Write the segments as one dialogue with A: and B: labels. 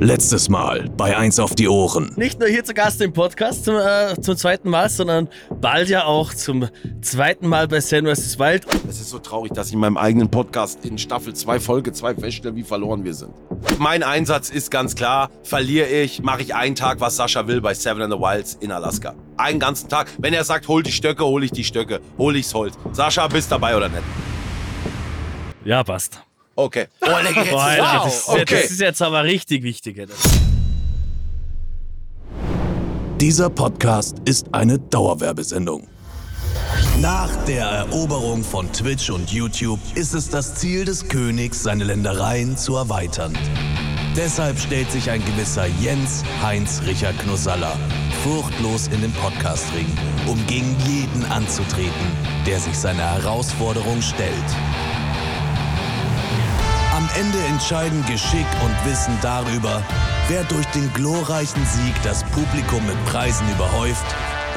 A: Letztes Mal bei 1 auf die Ohren.
B: Nicht nur hier zu Gast im Podcast zum, äh, zum zweiten Mal, sondern bald ja auch zum zweiten Mal bei Sam vs. Wild.
C: Es ist so traurig, dass ich in meinem eigenen Podcast in Staffel 2, Folge 2 feststelle, wie verloren wir sind. Mein Einsatz ist ganz klar, verliere ich, mache ich einen Tag, was Sascha will bei Seven and the Wilds in Alaska. Einen ganzen Tag. Wenn er sagt, hol die Stöcke, hole ich die Stöcke. Hol ich's Holz. Sascha, bist dabei oder nicht?
B: Ja, passt.
C: Okay. Oh, Alter, jetzt-
B: Boah, Alter,
C: wow.
B: das, ist,
C: okay.
B: das ist jetzt aber richtig wichtig. Alter.
A: Dieser Podcast ist eine Dauerwerbesendung. Nach der Eroberung von Twitch und YouTube ist es das Ziel des Königs, seine Ländereien zu erweitern. Deshalb stellt sich ein gewisser Jens Heinz Richer Knusaller furchtlos in den Podcastring, um gegen jeden anzutreten, der sich seiner Herausforderung stellt. Am Ende entscheiden Geschick und Wissen darüber, wer durch den glorreichen Sieg das Publikum mit Preisen überhäuft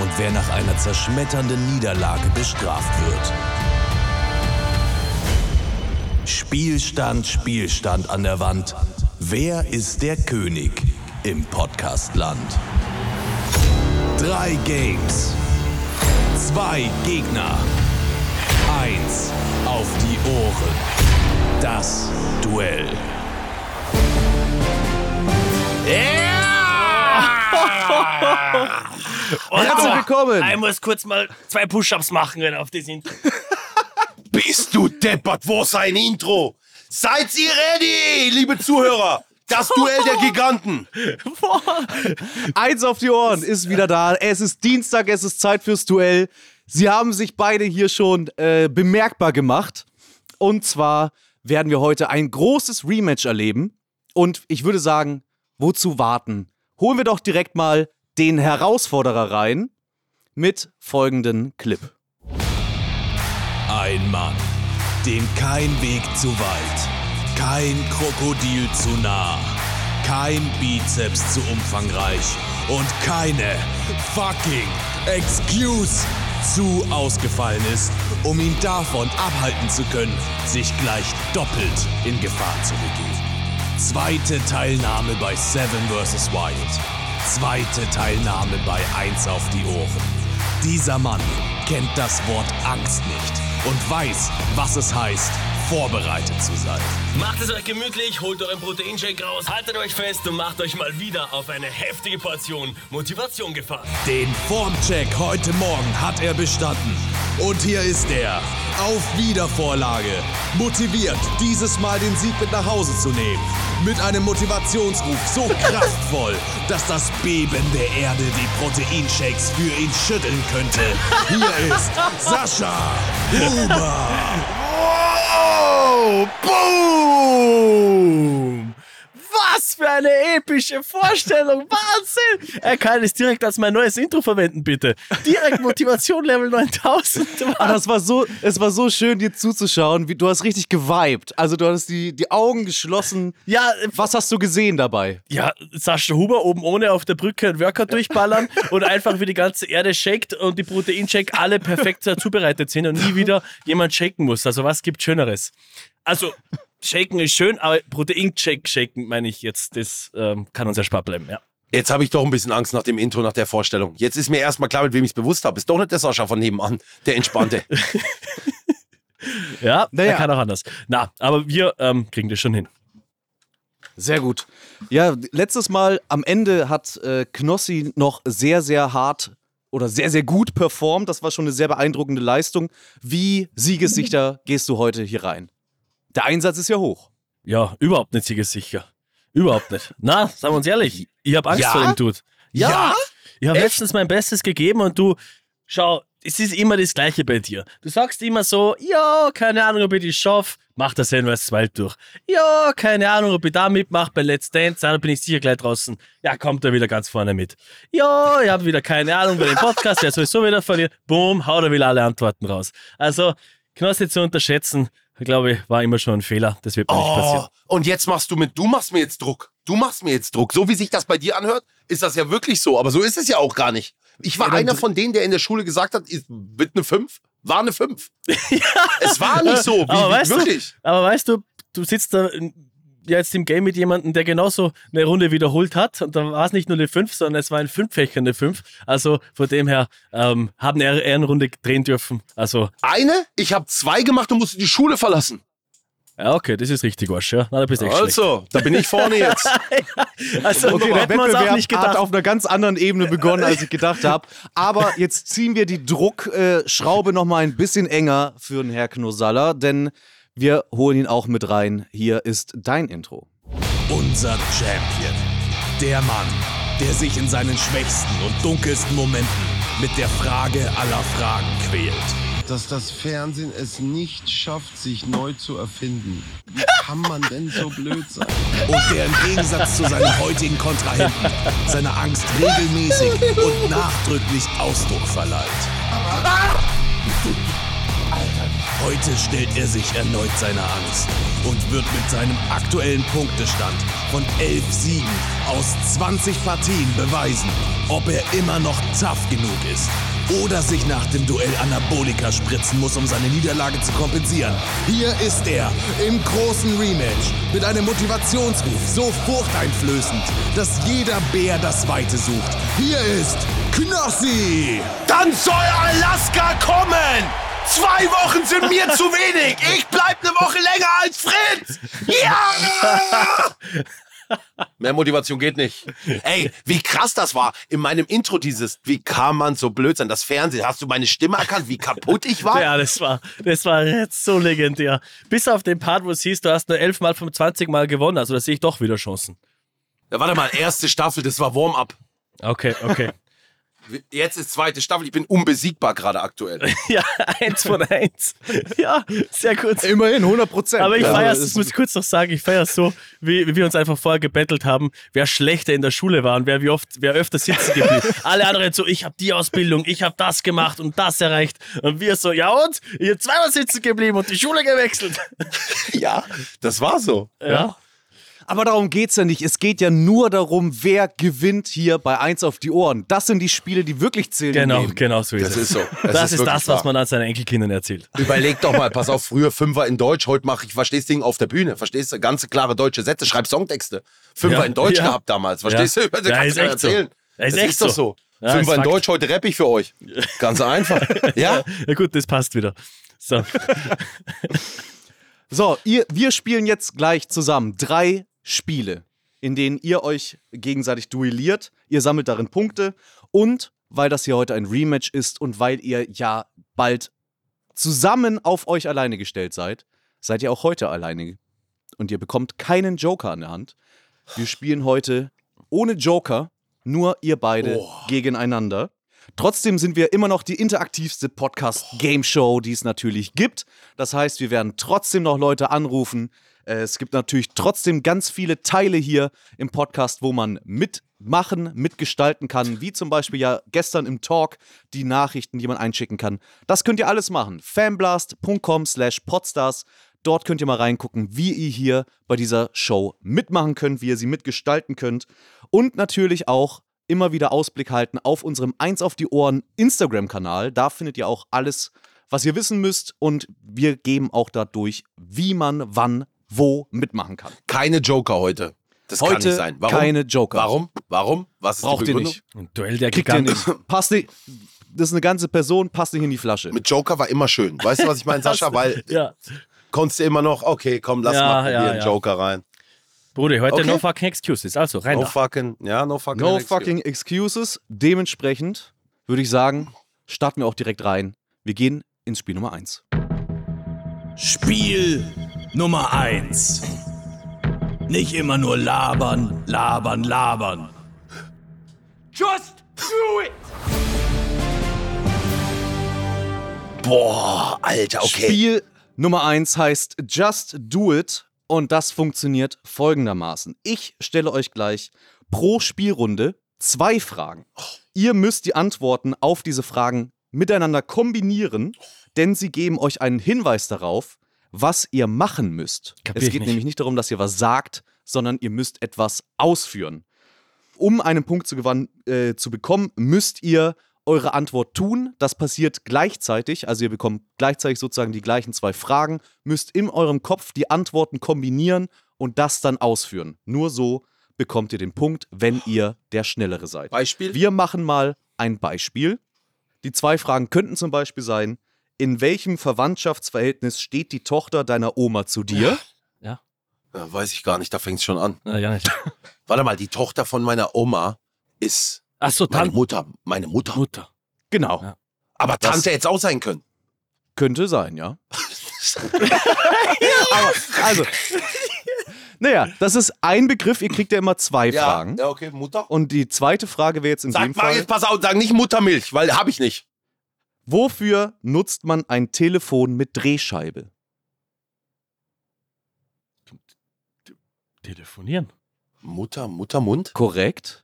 A: und wer nach einer zerschmetternden Niederlage bestraft wird. Spielstand, Spielstand an der Wand. Wer ist der König im Podcastland? Drei Games. Zwei Gegner. Eins auf die Ohren. Das Duell.
C: Herzlich willkommen.
B: Ich muss kurz mal zwei Push-Ups machen Alter, auf das Intro.
C: Bist du deppert? Wo ist ein Intro? Seid ihr ready, liebe Zuhörer? Das Duell der Giganten.
D: Eins auf die Ohren ist wieder da. Es ist Dienstag, es ist Zeit fürs Duell. Sie haben sich beide hier schon äh, bemerkbar gemacht. Und zwar werden wir heute ein großes Rematch erleben. Und ich würde sagen, wozu warten? Holen wir doch direkt mal den Herausforderer rein mit folgendem Clip.
A: Ein Mann, dem kein Weg zu weit, kein Krokodil zu nah, kein Bizeps zu umfangreich und keine fucking Excuse zu ausgefallen ist, um ihn davon abhalten zu können, sich gleich doppelt in Gefahr zu begeben. Zweite Teilnahme bei Seven vs. Wild. Zweite Teilnahme bei Eins auf die Ohren. Dieser Mann kennt das Wort Angst nicht und weiß, was es heißt, vorbereitet zu sein.
E: Macht es euch gemütlich, holt euren Proteinshake raus, haltet euch fest und macht euch mal wieder auf eine heftige Portion Motivation gefasst.
A: Den Formcheck heute Morgen hat er bestanden. Und hier ist er, auf Wiedervorlage, motiviert, dieses Mal den Sieg mit nach Hause zu nehmen. Mit einem Motivationsruf so kraftvoll, dass das Beben der Erde die Proteinshakes für ihn schütteln könnte. Hier ist Sascha Huber.
B: Oh, boom! Was für eine epische Vorstellung! Wahnsinn! Er kann es direkt als mein neues Intro verwenden, bitte. Direkt Motivation Level 9000.
D: Ah, das war so, es war so schön, dir zuzuschauen. Wie, du hast richtig geweibt. Also du hast die, die Augen geschlossen.
B: Ja,
D: Was hast du gesehen dabei?
B: ja, Sascha Huber oben ohne auf der Brücke ein Workout durchballern und einfach wie die ganze Erde shakt und die Proteinshake alle perfekt zubereitet sind und nie wieder jemand shaken muss. Also was gibt Schöneres? Also, shaken ist schön, aber Proteinshake shaken meine ich jetzt, das ähm, kann uns erspart bleiben, ja.
C: Jetzt habe ich doch ein bisschen Angst nach dem Intro, nach der Vorstellung. Jetzt ist mir erstmal klar, mit wem ich es bewusst habe. Ist doch nicht der Sascha von nebenan, der entspannte.
B: Ja,
D: Naja.
B: er kann auch anders. Na, aber wir ähm, kriegen das schon hin.
D: Sehr gut. Ja, letztes Mal am Ende hat äh, Knossi noch sehr, sehr hart oder sehr, sehr gut performt. Das war schon eine sehr beeindruckende Leistung. Wie siegessicher gehst du heute hier rein? Der Einsatz ist ja hoch.
B: Ja, überhaupt nicht siegessicher. Überhaupt nicht. Na, sagen wir uns ehrlich, ich habe Angst vor dem Dude. Ja. Ich habe letztens mein Bestes gegeben und du, schau, es ist immer das Gleiche bei dir. Du sagst immer so, ja, keine Ahnung, ob ich das schaffe, mach das Hinweis zweit durch. Ja, keine Ahnung, ob ich da mitmache bei Let's Dance, da bin ich sicher gleich draußen. Ja, kommt er wieder ganz vorne mit. Ja, ich habe wieder keine Ahnung bei dem Podcast, der sowieso wieder verliert. Boom, haut er wieder alle Antworten raus. Also, Knossi zu unterschätzen, glaube ich, war immer schon ein Fehler. Das wird mir nicht
C: Oh,
B: passieren.
C: und jetzt machst du mit, du machst mir jetzt Druck. Du machst mir jetzt Druck. So wie sich das bei dir anhört, ist das ja wirklich so. Aber so ist es ja auch gar nicht. Ich war einer von denen, der in der Schule gesagt hat, ist, wird eine 5, war eine 5. Es war nicht so, wie,
B: Aber
C: wie
B: weißt du-
C: wirklich.
B: Aber weißt du, du sitzt da in- ja jetzt im Game mit jemandem, der genauso eine Runde wiederholt hat. Und dann war es nicht nur eine 5, sondern es war ein Fünffächer eine 5. Also von dem her ähm, haben eine Ehrenrunde drehen dürfen. Also,
C: Eine? Ich habe zwei gemacht und musste die Schule verlassen.
B: ja, okay, das ist richtig, Wasch. Ja. Na, da bist du echt schlecht.
C: Also, da bin ich vorne jetzt.
B: Also,
D: Okay, der
B: hätten wir uns
D: Wettbewerb
B: auch nicht gedacht.
D: hat auf einer ganz anderen Ebene begonnen, als ich gedacht habe. Aber jetzt ziehen wir die Druckschraube nochmal ein bisschen enger für den Herr Knosaller, denn wir holen ihn auch mit rein. Hier ist dein Intro.
A: Unser Champion. Der Mann, der sich in seinen schwächsten und dunkelsten Momenten mit der Frage aller Fragen quält.
F: dass das Fernsehen es nicht schafft, sich neu zu erfinden. Wie kann man denn so blöd sein?
A: und der im Gegensatz zu seinem heutigen Kontrahenten seiner Angst regelmäßig und nachdrücklich Ausdruck verleiht. Heute stellt er sich erneut seiner Angst und wird mit seinem aktuellen Punktestand von elf Siegen aus 20 Partien beweisen, ob er immer noch tough genug ist oder sich nach dem Duell Anabolika spritzen muss, um seine Niederlage zu kompensieren. Hier ist er im großen Rematch mit einem Motivationsruf so furchteinflößend, dass jeder Bär das Weite sucht. Hier ist Knossi!
C: Dann soll Alaska kommen! Zwei Wochen sind mir zu wenig! Ich bleib eine Woche länger als Fritz! Ja! Mehr Motivation geht nicht. Ey, wie krass das war. In meinem Intro dieses, wie kann man so blöd sein? Das Fernsehen, hast du meine Stimme erkannt, wie kaputt ich war?
B: Ja, das war, das war jetzt so legendär. Bis auf den Part, wo es hieß, du hast nur 11 Mal vom 20 Mal gewonnen. Also, da sehe ich doch wieder Chancen.
C: Ja, warte mal, erste Staffel, das war Warm-up.
B: Okay, okay.
C: Jetzt ist zweite Staffel, ich bin unbesiegbar gerade aktuell.
B: ja, eins von eins. Ja, sehr gut.
D: Immerhin 100 Prozent.
B: Aber ich feier's, ich muss kurz noch sagen, ich feier's so, wie, wie wir uns einfach vorher gebettelt haben, wer schlechter in der Schule war und wer wie oft, wer öfter sitzen geblieben. Alle anderen so, ich habe die Ausbildung, ich habe das gemacht und das erreicht. Und wir so, ja und? Ihr zweimal sitzen geblieben und die Schule gewechselt.
C: ja, das war so.
B: Ja.
D: Aber darum geht's ja nicht. Es geht ja nur darum, wer gewinnt hier bei 1 auf die Ohren. Das sind die Spiele, die wirklich zählen. im
B: Genau,
D: Leben.
B: genau so ist
C: Das
B: es.
C: ist so. Es
B: Das
C: ist
B: ist
C: wirklich
B: das, was
C: wahr.
B: man an seinen Enkelkindern erzählt.
C: Überleg doch mal, pass auf, früher Fünfer in Deutsch, heute mache ich, verstehst du, Ding auf der Bühne, verstehst du, ganze klare deutsche Sätze, schreib Songtexte. Fünfer
B: Ja,
C: in Deutsch
B: ja.
C: gehabt damals, verstehst
B: Ja.
C: du? Das
B: Ja,
C: kannst
B: ist
C: du keiner
B: echt so. Ja,
C: Das
B: ist
C: ist,
B: echt
C: doch
B: so.
C: so.
B: Ja, ist
C: Fünfer in
B: Fakt.
C: Deutsch, heute rapp ich für euch. Ganz einfach. ja?
B: Ja gut, das passt wieder. So.
D: So, ihr, wir spielen jetzt gleich zusammen drei Spiele, in denen ihr euch gegenseitig duelliert. Ihr sammelt darin Punkte und weil das hier heute ein Rematch ist und weil ihr ja bald zusammen auf euch alleine gestellt seid, seid ihr auch heute alleine und ihr bekommt keinen Joker an der Hand. Wir spielen heute ohne Joker, nur ihr beide gegeneinander. Trotzdem sind wir immer noch die interaktivste Podcast-Game-Show, die es natürlich gibt. Das heißt, wir werden trotzdem noch Leute anrufen. Äh, Es gibt natürlich trotzdem ganz viele Teile hier im Podcast, wo man mitmachen, mitgestalten kann, wie zum Beispiel ja gestern im Talk die Nachrichten, die man einschicken kann. Das könnt ihr alles machen. fanblast.com slash podstars. Dort könnt ihr mal reingucken, wie ihr hier bei dieser Show mitmachen könnt, wie ihr sie mitgestalten könnt. Und natürlich auch immer wieder Ausblick halten auf unserem Eins auf die Ohren Instagram-Kanal. Da findet ihr auch alles, was ihr wissen müsst. Und wir geben auch dadurch, wie man wann wo mitmachen kann.
C: Keine Joker heute. Das kann
D: Heute
C: nicht sein. Warum?
D: keine Joker.
C: Warum? Warum? Was ist
D: Braucht
C: die
D: ihr
C: Begründung?
D: nicht.
B: Ein Duell der
D: Kriegt ihr
B: Giganten.
D: nicht. Passt nicht. Das ist eine ganze Person, passt nicht in die Flasche.
C: Mit Joker war immer schön. Weißt du, was ich meine, Sascha? Weil
B: Ja.
C: konntest du immer noch, okay, komm, lass
B: Ja,
C: mal probieren,
B: ja, ja.
C: Joker rein.
B: Bruder, heute
C: Okay.
B: no fucking excuses. Also, rein
C: No
B: da.
C: fucking, ja, no fucking.
D: No
C: next year.
D: fucking excuses. Dementsprechend würde ich sagen, starten wir auch direkt rein. Wir gehen ins Spiel Nummer 1.
A: Spiel Nummer 1. Nicht immer nur labern, labern, labern.
C: Boah, Alter, okay.
D: Spiel Nummer 1 heißt Just Do It und das funktioniert folgendermaßen. Ich stelle euch gleich pro Spielrunde zwei Fragen. Ihr müsst die Antworten auf diese Fragen miteinander kombinieren, denn sie geben euch einen Hinweis darauf, was ihr machen müsst.
B: Kapier
D: es
B: ich
D: geht
B: nicht.
D: nämlich nicht darum, dass ihr was sagt, sondern ihr müsst etwas ausführen. Um einen Punkt zu, gewann, äh, zu bekommen, müsst ihr eure Antwort tun. Das passiert gleichzeitig. Also ihr bekommt gleichzeitig sozusagen die gleichen zwei Fragen, müsst in eurem Kopf die Antworten kombinieren und das dann ausführen. Nur so bekommt ihr den Punkt, wenn ihr der Schnellere seid.
C: Beispiel?
D: Wir machen mal ein Beispiel. Die zwei Fragen könnten zum Beispiel sein: In welchem Verwandtschaftsverhältnis steht die Tochter deiner Oma zu dir?
C: Ja, Äh, weiß ich gar nicht, da fängt es schon an.
B: Na, ja nicht.
C: Warte mal, die Tochter von meiner Oma ist
B: Achso,
C: meine
B: Tante.
C: Mutter. Meine Mutter.
B: Mutter.
D: Genau.
B: Ja.
C: Aber Tante hätte es auch sein können.
D: Könnte sein, ja. Aber, also. Naja, das ist ein Begriff, ihr kriegt ja immer zwei Fragen.
C: ja, okay, Mutter.
D: Und die zweite Frage wäre jetzt in dem
C: Sag mal
D: Fall.
C: jetzt, pass auf, sag nicht Muttermilch, weil habe ich nicht.
D: Wofür nutzt man ein Telefon mit Drehscheibe?
B: Telefonieren.
C: Mutter, Muttermund?
D: Korrekt.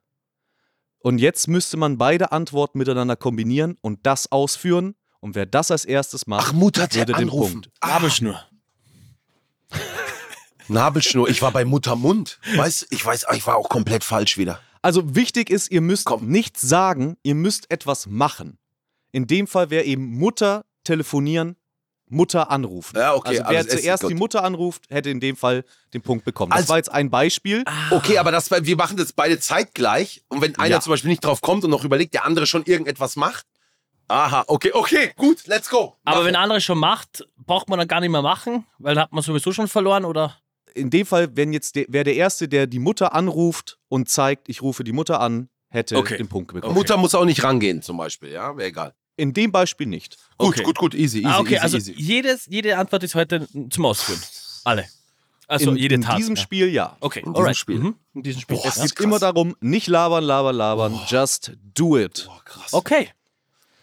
D: Und jetzt müsste man beide Antworten miteinander kombinieren und das ausführen. Und wer das als erstes macht,
C: Ach, Mutter, der
D: würde den
C: anrufen. Ah.
D: Punkt.
B: Nabelschnur.
C: Nabelschnur, ich war bei Muttermund. Weißt du, ich weiß, ich war auch komplett falsch wieder.
D: Also wichtig ist, ihr müsst
C: Komm.
D: nichts sagen, ihr müsst etwas machen. In dem Fall wäre eben Mutter telefonieren, Mutter anrufen.
C: Ja, okay,
D: also wer
C: alles ist
D: zuerst
C: gut.
D: die Mutter anruft, hätte in dem Fall den Punkt bekommen. Das
C: Also-
D: war jetzt ein Beispiel.
C: Okay, aber das, wir machen das beide zeitgleich. Und wenn einer
D: Ah. Ja.
C: zum Beispiel nicht drauf kommt und noch überlegt, der andere schon irgendetwas macht. Aha, okay, okay, gut, let's go.
B: Aber
C: Mach.
B: wenn andere schon macht, braucht man dann gar nicht mehr machen, weil da hat man sowieso schon verloren, oder?
D: In dem Fall, wenn jetzt der, wer der Erste, der die Mutter anruft und zeigt, ich rufe die Mutter an, hätte
B: Okay.
D: den Punkt bekommen.
C: Mutter muss auch nicht rangehen, zum Beispiel, ja, wäre egal.
D: In dem Beispiel nicht.
C: Gut,
B: Okay.
C: gut, gut, easy, easy,
B: ah, okay,
C: easy,
B: also
C: easy.
B: Jedes, jede Antwort ist heute zum Ausführen. Alle. Also
D: in,
B: jede
D: in
B: Tat.
D: diesem
B: ja.
D: Spiel ja.
B: Okay,
C: diesem
B: alright.
C: Spiel.
B: Mhm. In diesem Spiel.
C: Boah,
D: Es
B: ja.
D: geht immer darum, nicht labern, labern, labern, just do it.
C: Boah, Oh, krass.
B: Okay.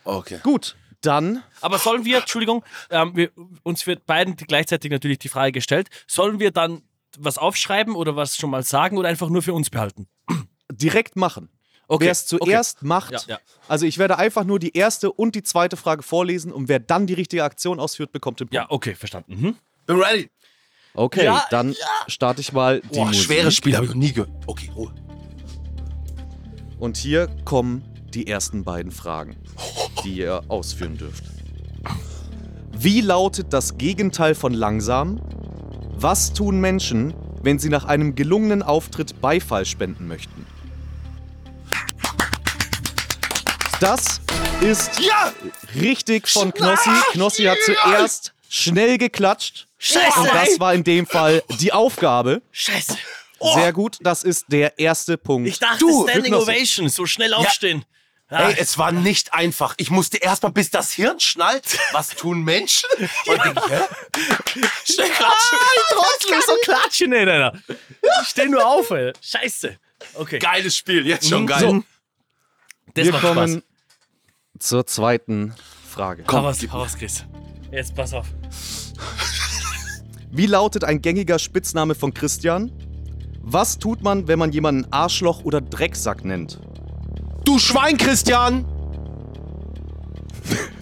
C: okay.
D: Gut, dann
B: Aber sollen wir, Entschuldigung, ähm, wir, uns wird beiden die- gleichzeitig natürlich die Frage gestellt, sollen wir dann was aufschreiben oder was schon mal sagen oder einfach nur für uns behalten?
D: direkt machen.
B: Okay.
D: Wer es zuerst macht,
B: Ja, ja.
D: also ich werde einfach nur die erste und die zweite Frage vorlesen und wer dann die richtige Aktion ausführt, bekommt den Punkt.
B: Ja, okay, verstanden. Mhm.
C: Bin ready.
D: Okay,
B: Ja,
D: dann starte ich mal die
C: Boah,
D: Musik.
C: schweres Spiel habe ich noch nie gehört. Okay, Ruhe.
D: Und hier kommen die ersten beiden Fragen, die ihr ausführen dürft. Wie lautet das Gegenteil von langsam? Was tun Menschen, wenn sie nach einem gelungenen Auftritt Beifall spenden möchten? Das ist
C: Ja!
D: richtig von Knossi. Knossi hat zuerst schnell geklatscht.
B: Scheiße!
D: Und das war in dem Fall die Aufgabe.
B: Scheiße.
D: Sehr gut, das ist der erste Punkt.
B: Oh! Ich dachte,
D: Du, für
B: Standing
D: Knossi.
B: Ovation, so schnell aufstehen. Ja.
C: Ey, es war nicht einfach. Ich musste erstmal, bis das Hirn schnallt, was tun Menschen? Und denk ich, hä? Schnell klatschen.
B: Ah, trotzdem so klatschen, ey, Alter. Ich steh nur auf, ey. Scheiße. Okay.
C: Geiles Spiel, jetzt schon geil.
B: Mhm. So. Das
D: Wir
B: macht
D: kommen
B: Spaß.
D: zur zweiten Frage.
B: Komm, hau was, hau was, Chris. Jetzt pass auf.
D: Wie lautet ein gängiger Spitzname von Christian? Was tut man, wenn man jemanden Arschloch oder Drecksack nennt?
C: Du Schwein, Christian!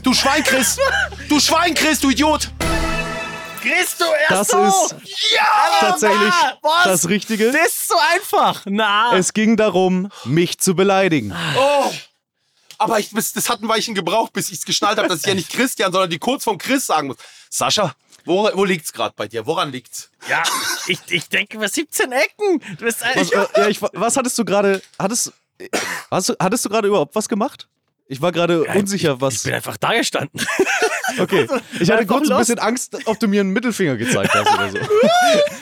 C: Du Schwein, Chris! Du Schwein, Chris, du Idiot!
B: Chris, du
D: Das ist tatsächlich das Richtige.
B: Das ist so einfach. Na.
D: Es ging darum, mich zu beleidigen.
B: Ah,
C: Oh! Aber ich, bis- das hat ein Weilchen gebraucht, bis ich es geschnallt habe, dass ich ja nicht Christian, sondern die kurz von Chris sagen muss. Sascha, wo, wo liegt's gerade bei dir? Woran liegt's?
B: ja, ich, ich denke über 17 Ecken. Du bist ein,
D: Was, äh, ja, ich, was hattest du gerade? Hattest, hast du, hattest du gerade überhaupt was gemacht? Ich war gerade unsicher,
B: ich
D: was.
B: bin einfach da gestanden.
D: Okay. Ich hatte
B: einfach
D: kurz ein
B: lost.
D: bisschen Angst, ob du mir einen Mittelfinger gezeigt hast oder so.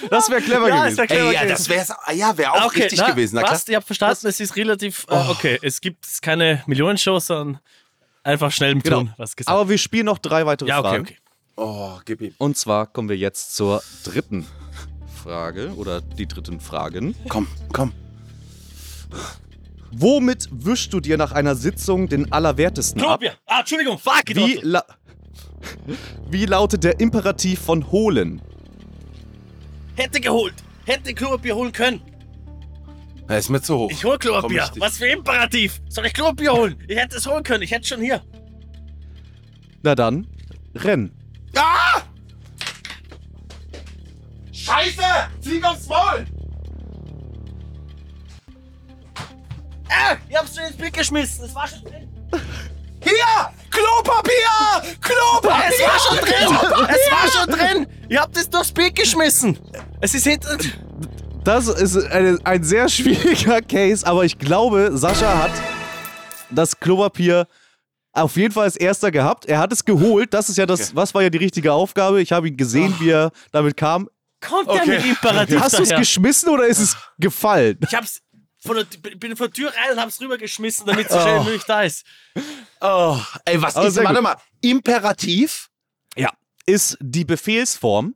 D: Das wäre clever
B: Ja, es
D: gewesen.
B: wär clever
C: Ey, ja, das wär's, ah ja, wäre auch richtig
B: na,
C: gewesen. Na klar.
B: passt, ich hab verstanden, es ist relativ. Äh, okay, es gibt keine Millionenshows, sondern einfach schnell im Ton, was gesagt
D: Genau. Aber wir spielen noch drei weitere
B: Ja, okay,
D: Fragen.
B: okay.
C: Oh, gib ihm.
D: Und zwar kommen wir jetzt zur dritten Frage oder die dritten Fragen.
C: Komm, komm.
D: Womit wischst du dir nach einer Sitzung den Allerwertesten ab?
B: Klobier. Ah, Entschuldigung, fuck,
D: Wie,
B: Idioten.
D: la Wie lautet der Imperativ von holen?
B: Hätte geholt. Hätte Klopapier holen können.
C: Er ist mir zu hoch.
B: Ich hol Klopapier.
C: Komm, ich-
B: Was für Imperativ. Soll ich Klopapier holen? Ich hätte es holen können. Ich hätte schon hier.
D: Na dann, renn.
C: Ah! Scheiße! Zieh aufs Maul!
B: Ah, ich hab's schon ins Bild geschmissen. Es war schon drin.
C: Hier! Klopapier! Klopapier!
B: Es war schon drin. Es war schon drin. Ihr habt es durchs Bild geschmissen. Es ist hinten.
D: Das ist eine, ein sehr schwieriger Case, aber ich glaube, Sascha hat das Klopapier auf jeden Fall als erster gehabt. Er hat es geholt. Das ist ja das, was war ja die richtige Aufgabe. Ich habe ihn gesehen, wie er damit kam.
B: Kommt ja mit Imperativ
D: Hast du es
B: daher.
D: geschmissen oder ist es gefallen?
B: Ich hab's von der, bin vor der Tür rein und hab's rübergeschmissen, damit es so schnell wie möglich da ist.
C: Oh, ey, was
D: Aber
C: ist,
D: sehr
C: warte
D: gut.
C: mal, Imperativ?
D: Ja. Ist die Befehlsform.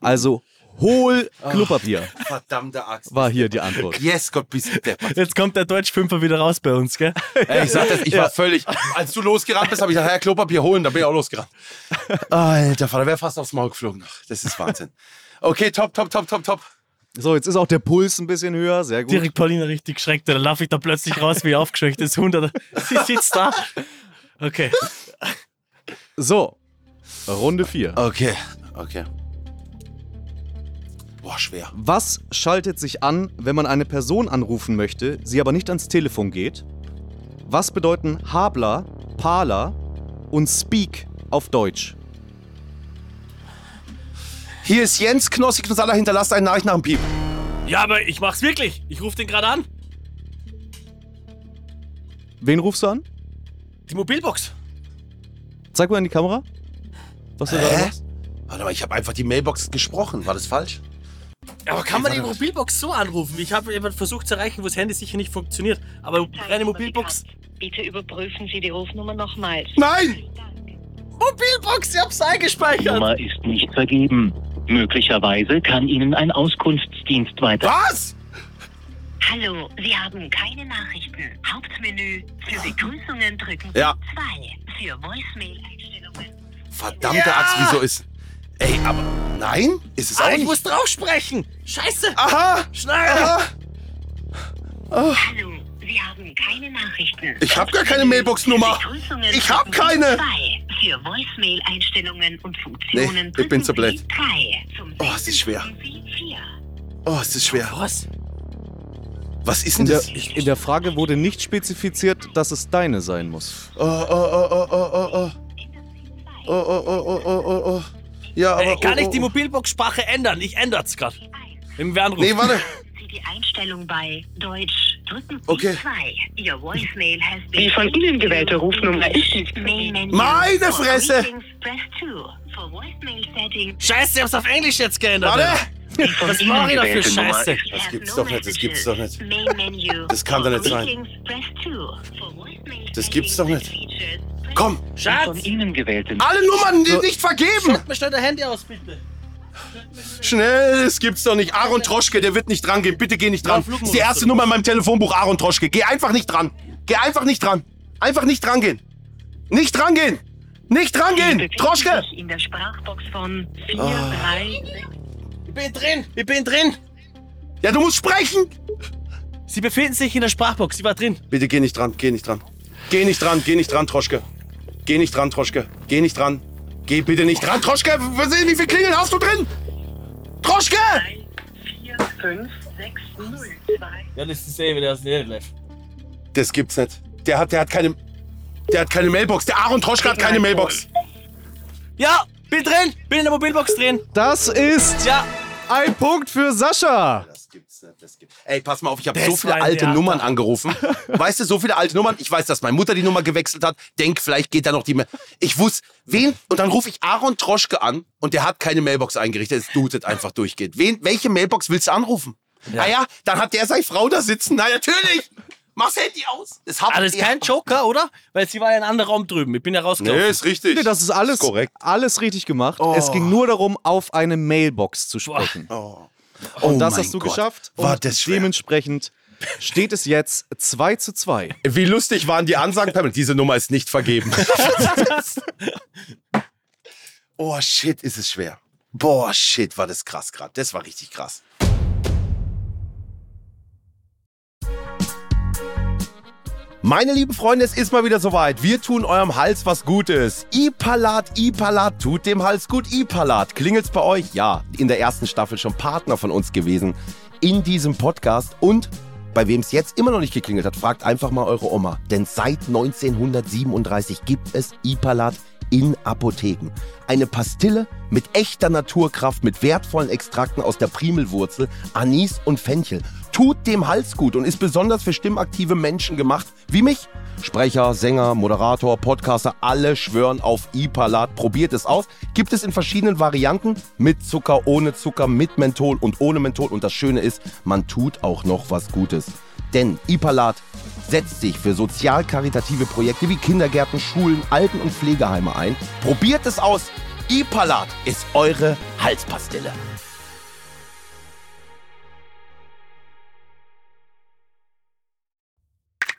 D: Also hol Klopapier
C: Verdammte Axt.
D: war hier die Antwort.
C: Yes, Gott, bist du deppert.
B: Jetzt kommt der Deutschfünfer wieder raus bei uns, gell?
C: Ey, ich sag das, ich war völlig, als du losgerannt bist, habe ich gesagt, Herr Klopapier holen, da bin ich auch losgerannt. Alter Vater, wäre fast aufs Maul geflogen. Das ist Wahnsinn. Okay, top, top, top, top, top.
D: So, jetzt ist auch der Puls ein bisschen höher. Sehr gut.
B: Direkt Paulina richtig geschreckt, dann laufe ich da plötzlich raus wie aufgeschrecktes Hund. oder- Sie sitzt da. Okay.
D: So. Runde 4.
C: Okay, okay. Boah, schwer.
D: Was schaltet sich an, wenn man eine Person anrufen möchte, sie aber nicht ans Telefon geht? Was bedeuten Habla, Parla und Speak auf Deutsch?
C: Hier ist Jens Knossi Knossalla, hinterlasst einen Nachricht nach dem Piep.
B: Ja, aber ich mach's wirklich. Ich rufe den gerade an.
D: Wen rufst du an?
B: Die Mobilbox.
D: Zeig mal in die Kamera. Was du gerade
C: Hä?
D: machst.
C: Warte mal, ich habe einfach die Mailbox gesprochen. War das falsch?
B: Aber kann man die Mobilbox so anrufen? Ich habe jemanden versucht zu erreichen, wo das Handy sicher nicht funktioniert. Aber eine Mobilbox.
G: Bitte überprüfen Sie die Rufnummer nochmals.
C: Nein!
B: Mobilbox, ich hab's eingespeichert.
H: Nummer ist nicht vergeben. Möglicherweise kann Ihnen ein Auskunftsdienst weiter.
C: Was?
G: Hallo, Sie haben keine Nachrichten. Hauptmenü. Für Begrüßungen drücken Sie
C: Ja.
G: 2. Für Voicemail-Einstellungen.
C: Verdammte Axt, wieso ist. Ey, aber. Nein? Ist es auch
B: Ah, ich
C: nicht.
B: muss drauf sprechen. Scheiße.
C: Aha!
B: Schnell.
C: Aha!
G: Hallo, Sie haben keine Nachrichten.
C: Ich hab gar keine Mailbox-Nummer.
G: Begrüßungen
C: Ich hab
G: drücken Sie
C: keine.
G: zwei. Für Voicemail-Einstellungen und Funktionen
C: Nee, ich bin zu
G: drücken
C: blöd.
G: Sie drei. Zum
C: Oh, es ist schwer.
G: drücken Sie vier.
C: Oh, es ist schwer.
B: Was?
C: Was ist denn
D: In der,
C: das?
D: in der Frage wurde nicht spezifiziert, dass es deine sein muss.
C: Oh, oh, oh, oh, oh, oh, oh. Oh, oh, oh, oh, oh, oh, oh. Ja, aber.
B: Äh, kann
C: oh,
B: ich die
C: oh, oh.
B: Mobilbox-Sprache ändern? Ich ändert's grad. Im Wernruf.
C: Nee, warte.
G: Sie die Einstellung bei Deutsch drücken Sie
C: Okay.
G: zwei. Your Voicemail has been
I: Die von Ihnen gewählte Rufnummer ist nicht
G: Main-Menu.
C: Meine
G: For
C: Fresse!
G: greetings, Press 2. For voicemail settings,
B: Scheiße, ich hab's auf Englisch jetzt geändert.
C: Warte!
H: Die von
B: Was mache ich da für
H: gewählte Nummer
B: Scheiße?
H: ist-
C: Das
G: have
C: gibt's
G: no
C: doch nicht, das gibt's doch nicht.
G: messages. Main menu.
C: Das kann doch
G: For
C: nicht sein.
G: greetings, Press 2. For voicemail
C: Das gibt's doch
G: settings
C: nicht.
G: and features, press
C: Komm,
H: Die von
B: Schatz,
H: Ihnen gewählte
C: alle Nummern die nicht vergeben!
B: schaut mir schnell dein Handy aus, bitte.
C: Schnell, das gibt's doch nicht. Aaron Troschke, der wird nicht dran gehen. Bitte geh nicht dran.
B: Ja, Flugmodus
C: ist die erste
B: zurück.
C: Nummer in meinem Telefonbuch, Aaron Troschke. Geh einfach nicht dran. Geh einfach nicht dran. Einfach nicht rangehen. Nicht rangehen. Nicht rangehen.
G: befinden
C: Troschke.
G: sich In der Sprachbox von
C: Ah.
G: 4, 3, 6.
B: Ich bin drin, ich bin drin.
C: Ja, du musst sprechen.
B: Sie befinden sich in der Sprachbox, sie war drin.
C: Bitte geh nicht dran. Geh nicht dran. Geh nicht dran. Geh nicht dran, Troschke. Geh nicht dran, Troschke. Geh nicht dran. Geh bitte nicht dran, Troschke. Wir sehen, wie viel Klingeln hast du drin? Troschke!
G: 4, 5, 6, 0, 2.
B: Ja, das ist eh wieder aus dem Live.
C: Das gibt's nicht. Der hat, der hat keine, der hat keine Mailbox. Der Aaron Troschke hat keine Mailbox.
B: Ja, bin drin, bin in der Mobilbox drin.
D: Das ist
B: Ja,
D: ein Punkt für Sascha.
C: Das gibt's nicht, das gibt's. Ey, pass mal auf, ich habe
B: Das
C: so viele
B: war ein
C: alte
B: Theater.
C: Nummern angerufen. Weißt du, so viele alte Nummern. Ich weiß, dass meine Mutter die Nummer gewechselt hat. Denk, vielleicht geht da noch die. Ma ich wusste, wen. Und dann rufe ich Aaron Troschke an und der hat keine Mailbox eingerichtet. Es dutet einfach durchgeht. Wen, welche Mailbox willst du anrufen? Naja, dann hat der seine Frau da sitzen. Na, natürlich. Mach's Handy aus. Das hab
B: alles kein Joker, oder? Weil sie war ja in einem anderen Raum drüben. Ich bin ja
C: Nee,
B: rausgelaufen.
C: ist richtig.
D: Nee, das ist alles,
C: korrekt. Oh.
D: alles richtig gemacht. Es ging nur darum, auf eine Mailbox zu sprechen.
C: Oh.
D: Und das hast du geschafft. Und
C: War das schwer.
D: dementsprechend steht es jetzt 2 zu 2.
C: Wie lustig waren die Ansagen, Pamela? Diese Nummer ist nicht vergeben. oh shit, ist es schwer. Boah, shit, war das krass gerade. Das war richtig krass. Meine lieben Freunde, es ist mal wieder soweit. Wir tun eurem Hals was Gutes. Ipalat, Ipalat tut dem Hals gut. Ipalat, klingelt's bei euch? Ja, in der ersten Staffel schon Partner von uns gewesen in diesem Podcast. Und bei wem es jetzt immer noch nicht geklingelt hat, fragt einfach mal eure Oma. Denn seit 1937 gibt es Ipalat
J: in Apotheken. Eine Pastille mit echter Naturkraft, mit wertvollen Extrakten aus der Primelwurzel, Anis und Fenchel. Tut dem Hals gut und ist besonders für stimmaktive Menschen gemacht, wie mich. Sprecher, Sänger, Moderator, Podcaster, alle schwören auf Ipalat. Probiert es aus. Gibt es in verschiedenen Varianten. Mit Zucker, ohne Zucker, mit Menthol und ohne Menthol. Und das Schöne ist, man tut auch noch was Gutes. Denn Ipalat setzt sich für sozial-karitative Projekte wie Kindergärten, Schulen, Alten- und Pflegeheime ein. Probiert es aus. Ipalat ist eure Halspastille.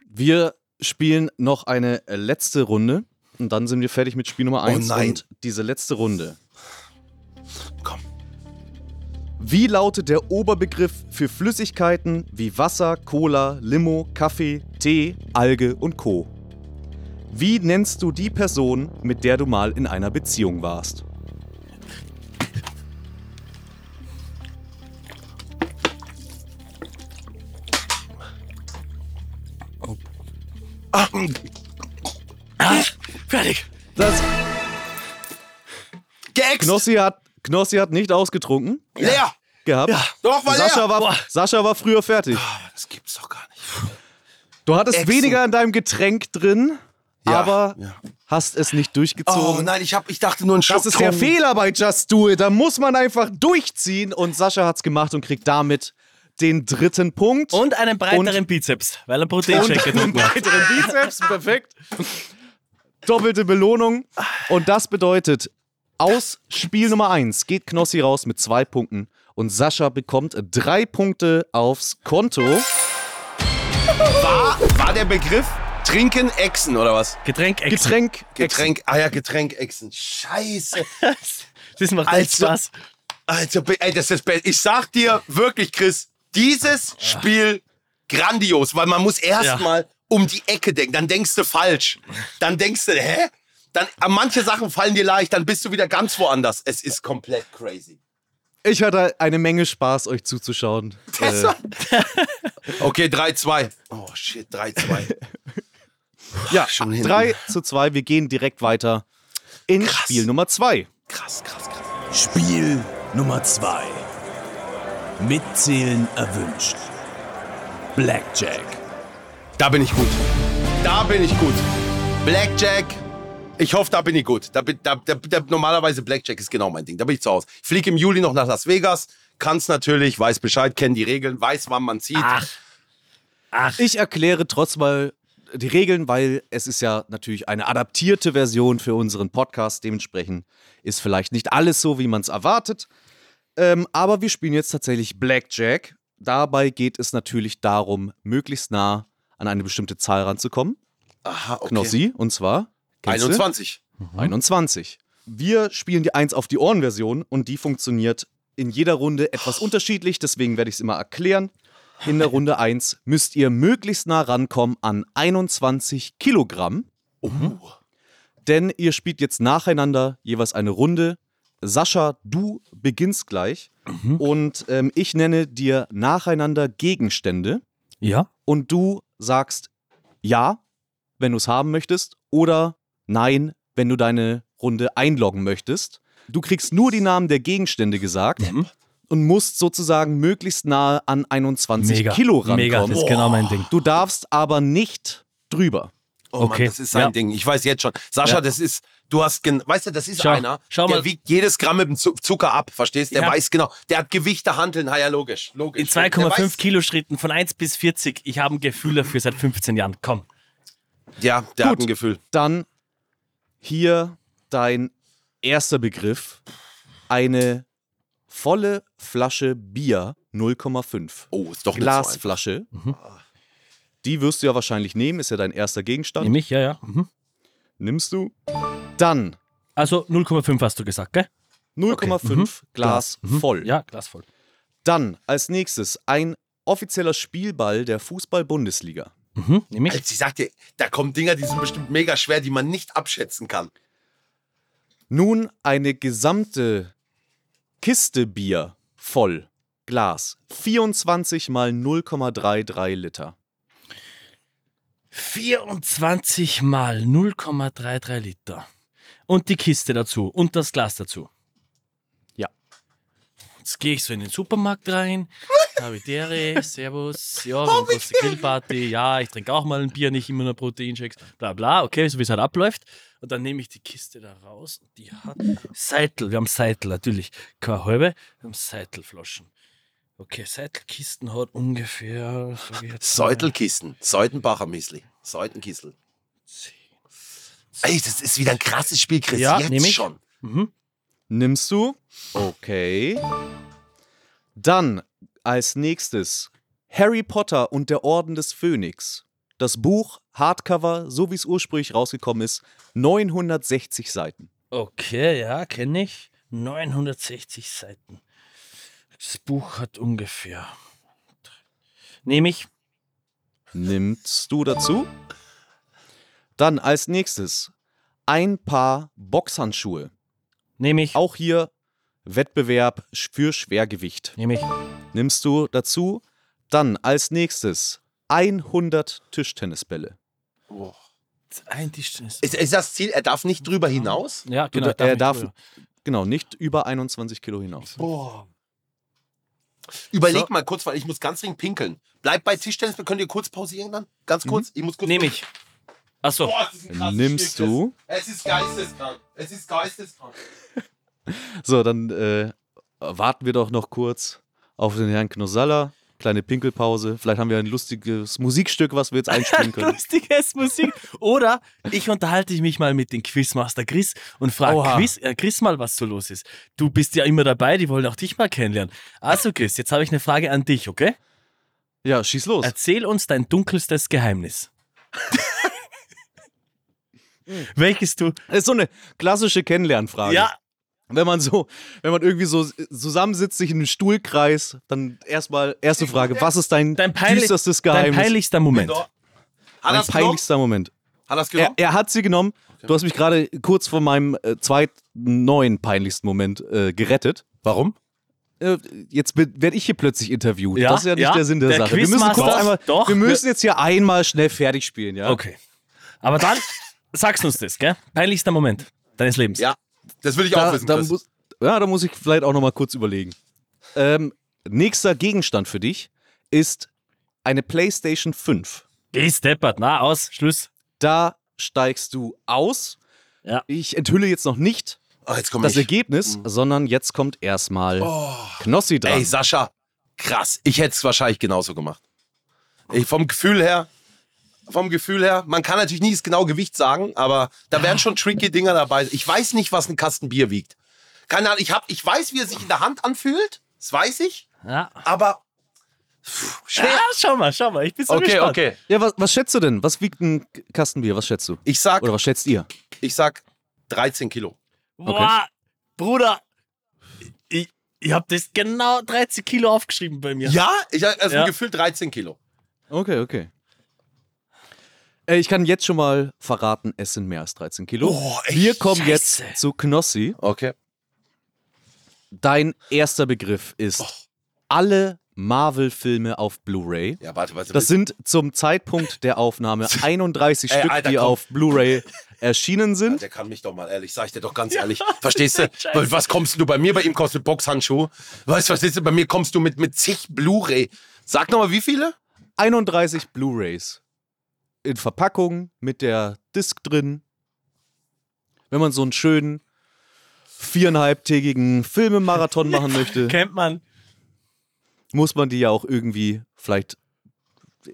D: Wir spielen noch eine äh, letzte Runde und dann sind wir fertig mit Spiel Nummer 1.
J: nein.
D: Und diese letzte Runde.
J: Komm.
D: Wie lautet der Oberbegriff für Flüssigkeiten wie Wasser, Cola, Limo, Kaffee, Tee, Alge und Co? Wie nennst du die Person, mit der du mal in einer Beziehung warst?
B: Fertig.
D: Das
C: Geäxt!
D: Knossi hat, Knossi hat nicht ausgetrunken
C: Leer!
D: gehabt.
C: Doch, war
D: Sascha
C: leer!
D: war, Sascha war früher fertig.
C: Das gibt's doch gar nicht.
D: Du hattest
C: Echsen.
D: weniger in deinem Getränk drin,
C: Ja,
D: aber
C: ja.
D: hast es nicht
C: Oh
D: durchgezogen.
C: nein, ich, hab, ich dachte nur ein Schluck
D: Das ist der
C: Tonic.
D: Fehler bei Just Do It. Da muss man einfach durchziehen. Und Sascha hat's gemacht und kriegt damit den dritten Punkt.
B: Und einen breiteren Bizeps, weil er Proteinshake getrunken hat.
D: weiteren Bizeps. Perfekt. Doppelte Belohnung. Und das bedeutet, aus Spiel Nummer 1 geht Knossi raus mit zwei Punkten. Und Sascha bekommt drei Punkte aufs Konto.
C: War der Begriff Trinken Echsen oder was?
B: Getränk extra.
D: Getränk.
C: Getränk, ah ja, Getränk Echsen. Scheiße.
B: Das macht echt
C: Also-
B: Spaß.
C: Alter, Also, be- ey, das ist das Beste. Ich sag dir wirklich, Chris, dieses Spiel grandios, weil man muss
B: Ja.
C: erstmal um die Ecke denken. Dann denkst du falsch. Dann denkst du, hä? Dann, äh, manche Sachen fallen dir leicht, dann bist du wieder ganz woanders. Es ist komplett crazy.
D: Ich hatte eine Menge Spaß, euch zuzuschauen. Äh,
C: Okay, 3-2. Also- Oh shit, 3-2.
D: ja,
C: schon hinten.
D: 3 zu 2. Wir gehen direkt weiter in Spiel Nummer 2.
C: krass, krass, krass.
A: Spiel Nummer 2. Mitzählen erwünscht. Blackjack.
C: Da bin ich gut. Da bin ich gut. Blackjack. Ich hoffe, da bin ich gut. Da bin, da, da, da, normalerweise Blackjack ist genau mein Ding. Da bin ich zu Hause. Ich fliege im Juli noch nach Las Vegas. Kann's natürlich, weiß Bescheid, kennt die Regeln, weiß, wann man zieht.
B: Ach. Ach.
D: Ich erkläre trotz mal die Regeln, weil es ist ja natürlich eine adaptierte Version für unseren Podcast. Dementsprechend ist vielleicht nicht alles so, wie man es erwartet. Ähm, aber wir spielen jetzt tatsächlich Blackjack. Dabei geht es natürlich darum, möglichst nah an eine bestimmte Zahl ranzukommen.
C: Aha, okay.
D: Knossi, und zwar kennst du?
C: 21.
D: 21. Wir spielen die 1 auf die Ohren-Version und die funktioniert in jeder Runde etwas unterschiedlich, deswegen werde ich es immer erklären. In der Runde 1 müsst ihr möglichst nah rankommen an 21 Kilogramm,
C: Oh.
D: denn ihr spielt jetzt nacheinander jeweils eine Runde. Sascha, du beginnst gleich und ähm, ich nenne dir nacheinander Gegenstände
B: Ja.
D: und du sagst ja, wenn du es haben möchtest oder nein, wenn du deine Runde einloggen möchtest. Du kriegst nur die Namen der Gegenstände gesagt
B: Mhm.
D: und musst sozusagen möglichst nahe an 21
B: Mega.
D: Kilo rankommen.
B: Mega, das ist genau mein Ding.
D: Du darfst aber nicht drüber.
C: Oh okay.
B: Okay.
C: Mann, das ist sein
B: Ja.
C: Ding. Ich weiß jetzt schon. Sascha,
B: Ja.
C: das ist, du hast, gen weißt du, das ist
B: Schau-
C: einer,
B: schau
C: der
B: mal.
C: wiegt jedes Gramm mit dem Zu- Zucker ab, verstehst? Der
B: Ja.
C: weiß genau. Der hat Gewichte handeln, ja, ja, logisch, logisch.
B: In
C: Der weiß-
B: 2,5 Kilo Schritten von 1 bis 40. Ich habe ein Gefühl dafür seit 15 Jahren. Komm.
C: Ja, der hat
D: Gut.
C: ein Gefühl.
D: Dann hier dein erster Begriff. Eine volle Flasche Bier 0,5.
C: Oh, ist doch nicht so einfach.
D: Glasflasche. Mhm. Ah. Die wirst du ja wahrscheinlich nehmen, ist ja dein erster Gegenstand.
B: Nämlich, ja, ja.
D: Nimmst du? Dann
B: Also 0,5 hast du gesagt, gell?
D: 0,5 Mhm. Glas voll.
B: Ja, Glas voll.
D: Dann als nächstes ein offizieller Spielball der Fußball-Bundesliga.
B: Mhm. Nämlich.
C: Alter, sie sagt Also, dir, da kommen Dinger, die sind bestimmt mega schwer, die man nicht abschätzen kann.
D: Nun eine gesamte Kiste Bier voll. Glas. 24 mal 0,33 Liter.
B: 24 mal 0,33 Liter. und die Kiste dazu und das Glas dazu.
D: Ja.
B: Jetzt gehe ich so in den Supermarkt rein. Habitere, Servus, ja, wir haben große Grillparty, ja, ich trinke auch mal ein Bier, nicht immer nur Proteinshakes, bla bla, okay, so wie es halt abläuft. Und dann nehme ich die Kiste da raus und die hat Seitel, wir haben Seitel natürlich, keine halbe, wir haben Seitelflaschen. Okay, Seitelkisten hat ungefähr, sag ich jetzt mal,
C: Seutelkisten. Seutenbacher Müsli. Seutenkissel. Ey, das ist wieder ein krasses Spiel, Chris.
B: Ja, nehm
C: Jetzt
B: ich.
C: schon.
B: Mhm.
D: Nimmst du? Okay. Dann als nächstes Harry Potter und der Orden des Phönix. Das Buch, Hardcover, so wie es ursprünglich rausgekommen ist, 960 Seiten.
B: Okay, ja, kenne ich. 960 Seiten. Das Buch hat ungefähr. Nehme ich.
D: Nimmst du dazu? Dann als nächstes ein paar Boxhandschuhe.
B: Nehme ich.
D: Auch hier Wettbewerb für Schwergewicht.
B: Nehme ich.
D: Nimmst du dazu? Dann als nächstes 100 Tischtennisbälle.
B: Ein Tischtennis.
C: Ist, ist das Ziel, er darf nicht drüber hinaus?
B: Ja,
D: Du,
B: genau.
D: er darf
B: nicht drüber.
D: genau nicht über 21 Kilo hinaus.
C: Überleg mal kurz, weil ich muss ganz dringend pinkeln. Bleibt bei Tischtennis, könnt ihr kurz pausieren dann? Ganz kurz? Ich muss kurz
B: Nehme ich. Achso,
C: Boah, das ist ein krasses
D: Nimmst
C: Spiel, Chris.
D: du?
C: Es ist geisteskrank. Es ist geisteskrank.
D: So, dann äh, warten wir doch noch kurz auf den Herrn Knosalla. Kleine Pinkelpause. Vielleicht haben wir ein lustiges Musikstück, was wir jetzt einspielen können.
B: lustiges Musik. Oder ich unterhalte mich mal mit dem Quizmaster Chris und frage Chris, äh, Chris mal, was so los ist. Du bist ja immer dabei, die wollen auch dich mal kennenlernen. Also Chris, jetzt habe ich eine Frage an dich, okay?
D: Ja, schieß los.
B: Erzähl uns dein dunkelstes Geheimnis. Welches du.
D: Das ist so eine klassische Kennenlernfrage.
B: Ja,
D: Wenn man so, wenn man irgendwie so zusammensitzt, sich in einem Stuhlkreis, dann erstmal erste Frage, was ist dein,
B: dein, peinlich,
D: düsterstes
B: dein
D: Geheimnis?
B: peinlichster Moment.
C: Hat
D: mein
C: das genommen?
D: peinlichster Moment.
C: Hat das
D: Er,
C: genommen?
D: er hat sie genommen. Du hast mich gerade kurz vor meinem äh, zweiten neuen peinlichsten Moment äh, gerettet.
C: Warum?
D: Äh, Jetzt werde ich hier plötzlich interviewt.
B: Ja,
D: das ist ja nicht
B: ja,
D: der Sinn der,
B: der
D: Sache. Wir müssen,
B: Quizmaster-
D: kurz einmal,
B: Doch,
D: wir
B: wir-
D: müssen jetzt hier einmal schnell fertig spielen, ja?
B: Okay. Aber dann sagst uns das, gell? Peinlichster Moment deines Lebens.
C: Ja. Das will ich auch
D: Da,
C: wissen,
D: da,
C: Chris.
D: muss, ja, da muss ich vielleicht auch nochmal kurz überlegen. Ähm, nächster Gegenstand für dich ist eine PlayStation 5.
B: Geh steppert. Na, aus, Schluss.
D: Da steigst du aus.
B: Ja.
D: Ich enthülle jetzt noch nicht
C: Ah, jetzt komm
D: das
C: ich.
D: Ergebnis, sondern jetzt kommt erstmal Knossi dran.
C: Hm. Oh. Ey, Sascha, krass. Ich hätte es wahrscheinlich genauso gemacht. Ey, vom Gefühl her, vom Gefühl her, man kann natürlich nie das genaue Gewicht sagen, aber da wären schon tricky Dinger dabei. Ich weiß nicht, was ein Kasten Bier wiegt. Keine Ahnung, ich, hab, ich weiß, wie er sich in der Hand anfühlt. Das weiß ich,
B: Ja.
C: aber pff, schwer.
B: ja, schau mal, schau mal. Ich bin so
C: okay,
B: gespannt.
C: okay.
D: ja, was, was schätzt du denn? Was wiegt ein Kastenbier? Was schätzt du?
C: Ich sag,
D: Oder was schätzt ihr?
C: ich sag 13 Kilo.
B: Boah, Bruder, ich, ich habe das genau 30 Kilo aufgeschrieben bei mir.
C: Ja? Ich, also
B: Ja.
C: Gefühl 13 Kilo.
D: Okay, okay. Äh, ich kann jetzt schon mal verraten, es sind mehr als 13 Kilo.
C: Oh, echt?
D: Wir kommen
B: Scheiße.
D: jetzt zu Knossi.
C: Okay.
D: Dein erster Begriff ist
C: Oh.
D: alle Marvel-Filme auf Blu-ray.
C: Ja, warte, warte.
D: Das sind zum Zeitpunkt der Aufnahme 31
C: Ey,
D: Stück,
C: Alter,
D: die
C: komm.
D: auf Blu-ray erschienen sind.
C: Der kann mich doch mal ehrlich, sag ich dir doch ganz ehrlich. Verstehst du? Weil Was kommst du bei mir? Bei ihm kommst du mit Boxhandschuh. Weißt du, verstehst du? Bei mir kommst du mit, mit zig Blu-ray. Sag nochmal, wie viele?
D: 31 Blu-rays in Verpackung mit der Disc drin. Wenn man so einen schönen viereinhalbtägigen Filmemarathon machen möchte,
B: Kennt man.
D: muss man die ja auch irgendwie vielleicht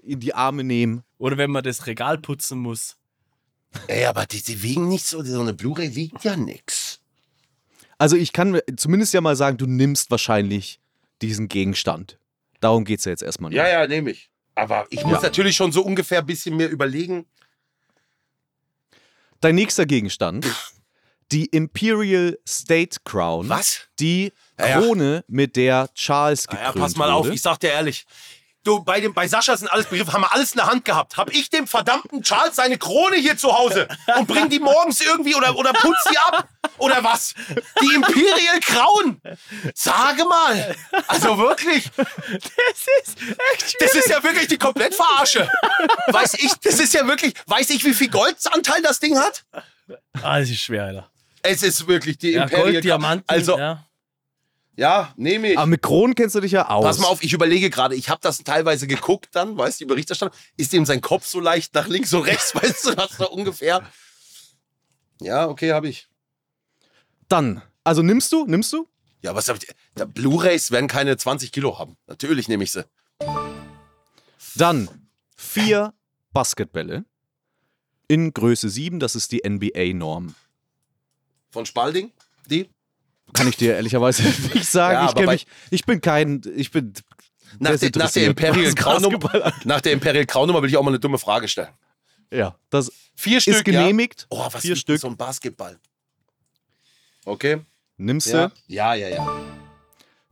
D: in die Arme nehmen.
B: Oder wenn man das Regal putzen muss.
C: Ey, aber die, die wiegen nicht so. So eine Blu-ray wiegt ja nix.
D: Also ich kann mir zumindest ja mal sagen, du nimmst wahrscheinlich diesen Gegenstand. Darum geht es ja jetzt erstmal. nicht.
C: Ja, ja, nehme ich. Aber ich muss
D: Ja.
C: natürlich schon so ungefähr ein bisschen mir überlegen.
D: Dein nächster Gegenstand, die Imperial State Crown.
C: Was?
D: Die
C: Ja, ja.
D: Krone, mit der Charles gekrönt
C: Naja, pass mal auf,
D: wurde.
C: ich sag dir ehrlich. Du, bei, dem, bei Sascha sind alles Begriffe, haben wir alles in der Hand gehabt. Hab ich dem verdammten Charles seine Krone hier zu Hause und bring die morgens irgendwie oder, oder putz die ab? Oder was? Die Imperial Crown! Sage mal! Also wirklich,
B: Das ist echt
C: das ist ja wirklich die komplett Verarsche. Weiß ich, das ist ja wirklich, weiß ich, wie viel Goldanteil das Ding hat?
B: Ah, das ist schwer, Alter.
C: Es ist wirklich die
B: Ja,
C: Imperial.
B: Gold, Diamanten.
C: Also, ja,
B: ja.
C: nehme ich.
D: Aber mit Kronen kennst du dich ja aus.
C: Pass mal auf, ich überlege gerade, ich habe das teilweise geguckt dann, weißt du, die Berichterstattung, ist ihm sein Kopf so leicht nach links und rechts, weißt du, hast du ungefähr. Ja, okay, habe ich.
D: Dann. Also nimmst du? Nimmst du?
C: Ja, was hab ich. da- Blu-Rays werden keine 20 Kilo haben. Natürlich nehme ich sie.
D: Dann vier Basketbälle in Größe 7, das ist die NBA-Norm.
C: Von Spalding? Die?
D: Kann ich dir ehrlicherweise nicht sagen.
C: Ja,
D: ich,
C: aber
D: kenn
C: bei-
D: mich, ich bin kein. Ich bin.
C: Nach, der, nach, der
D: desinteressiert,
C: Imperial
D: was Basketball
C: Graunummer,
D: angeht.
C: nach der Imperial Graunummer will ich auch mal eine dumme Frage stellen.
D: Ja, das
C: Vier Stück.
D: ist genehmigt.
C: Ja. Oh, was
D: Vier
C: ist
D: Stück.
C: so ein Basketball? Okay.
D: Nimmst du.
C: Ja, ja, ja. ja.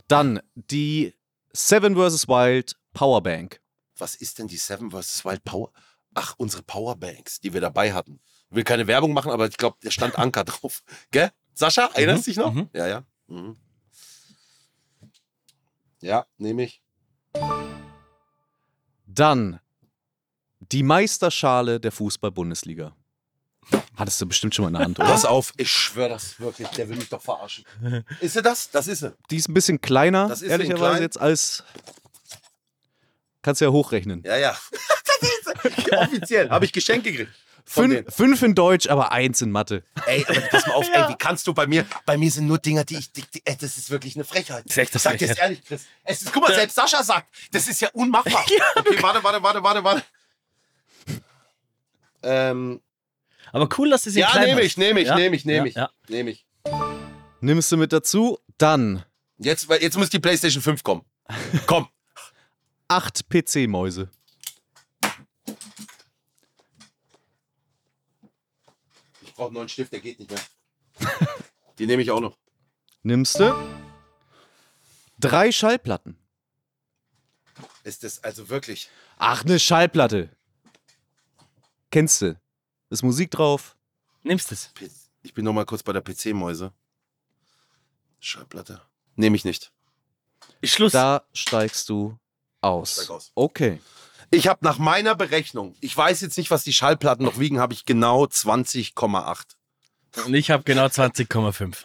D: Dann die Seven vs. Wild Powerbank.
C: Was ist denn die Seven vs. Wild Power? Ach, unsere Powerbanks, die wir dabei hatten. Ich will keine Werbung machen, aber ich glaube, da stand Anker drauf. Gell? Sascha, erinnerst du dich noch? Ja, ja. Mhm. Ja, nehme ich.
D: Dann die Meisterschale der Fußball-Bundesliga. Hattest du bestimmt schon mal in der Hand, oder?
C: Pass auf, Ah. ich schwöre das wirklich, der will mich doch verarschen. Ist er das? Das ist er.
D: Die ist ein bisschen kleiner,
C: Das ist so
D: ehrlicherweise,
C: klein.
D: jetzt als. Kannst du ja hochrechnen.
C: Ja, ja. das ist er. Offiziell. Habe ich Geschenk gekriegt. Von
D: Fün fünf in Deutsch, aber eins in Mathe.
C: Ey, aber pass mal auf, ey, wie kannst du bei mir? Bei mir sind nur Dinger, die ich. Die, die, ey, das ist wirklich eine Frechheit.
B: Das ist echt eine
C: ich sag dir das ehrlich, Chris. Es ist, guck mal, selbst Sascha sagt, das ist ja unmachbar. okay, warte, warte, warte, warte, warte. Ähm,
B: Aber cool, dass sie sie
C: ja,
B: klein
C: nehme
B: hast.
C: ich, nehme ich,
B: Ja,
C: nehme ich, nehme
B: ja,
C: ich,
B: Ja.
C: nehme ich.
D: Nimmst du mit dazu? Dann
C: Jetzt, weil- jetzt muss die PlayStation 5 kommen. Komm.
D: acht PC-Mäuse.
C: Ich brauche einen neuen Stift, der geht nicht mehr. Die nehme ich auch noch.
D: Nimmst du? Drei Schallplatten.
C: Ist das also wirklich?
D: Ach, eine Schallplatte. Kennst du? Ist Musik drauf?
B: Nimmst es.
C: P- Ich bin noch mal kurz bei der PC-Mäuse. Schallplatte. Nehme ich nicht.
B: Schluss.
D: Da steigst du aus.
C: Steig aus.
D: Okay.
C: Ich habe nach meiner Berechnung, ich weiß jetzt nicht, was die Schallplatten noch wiegen, habe ich genau 20,8.
B: Und ich habe genau 20,5.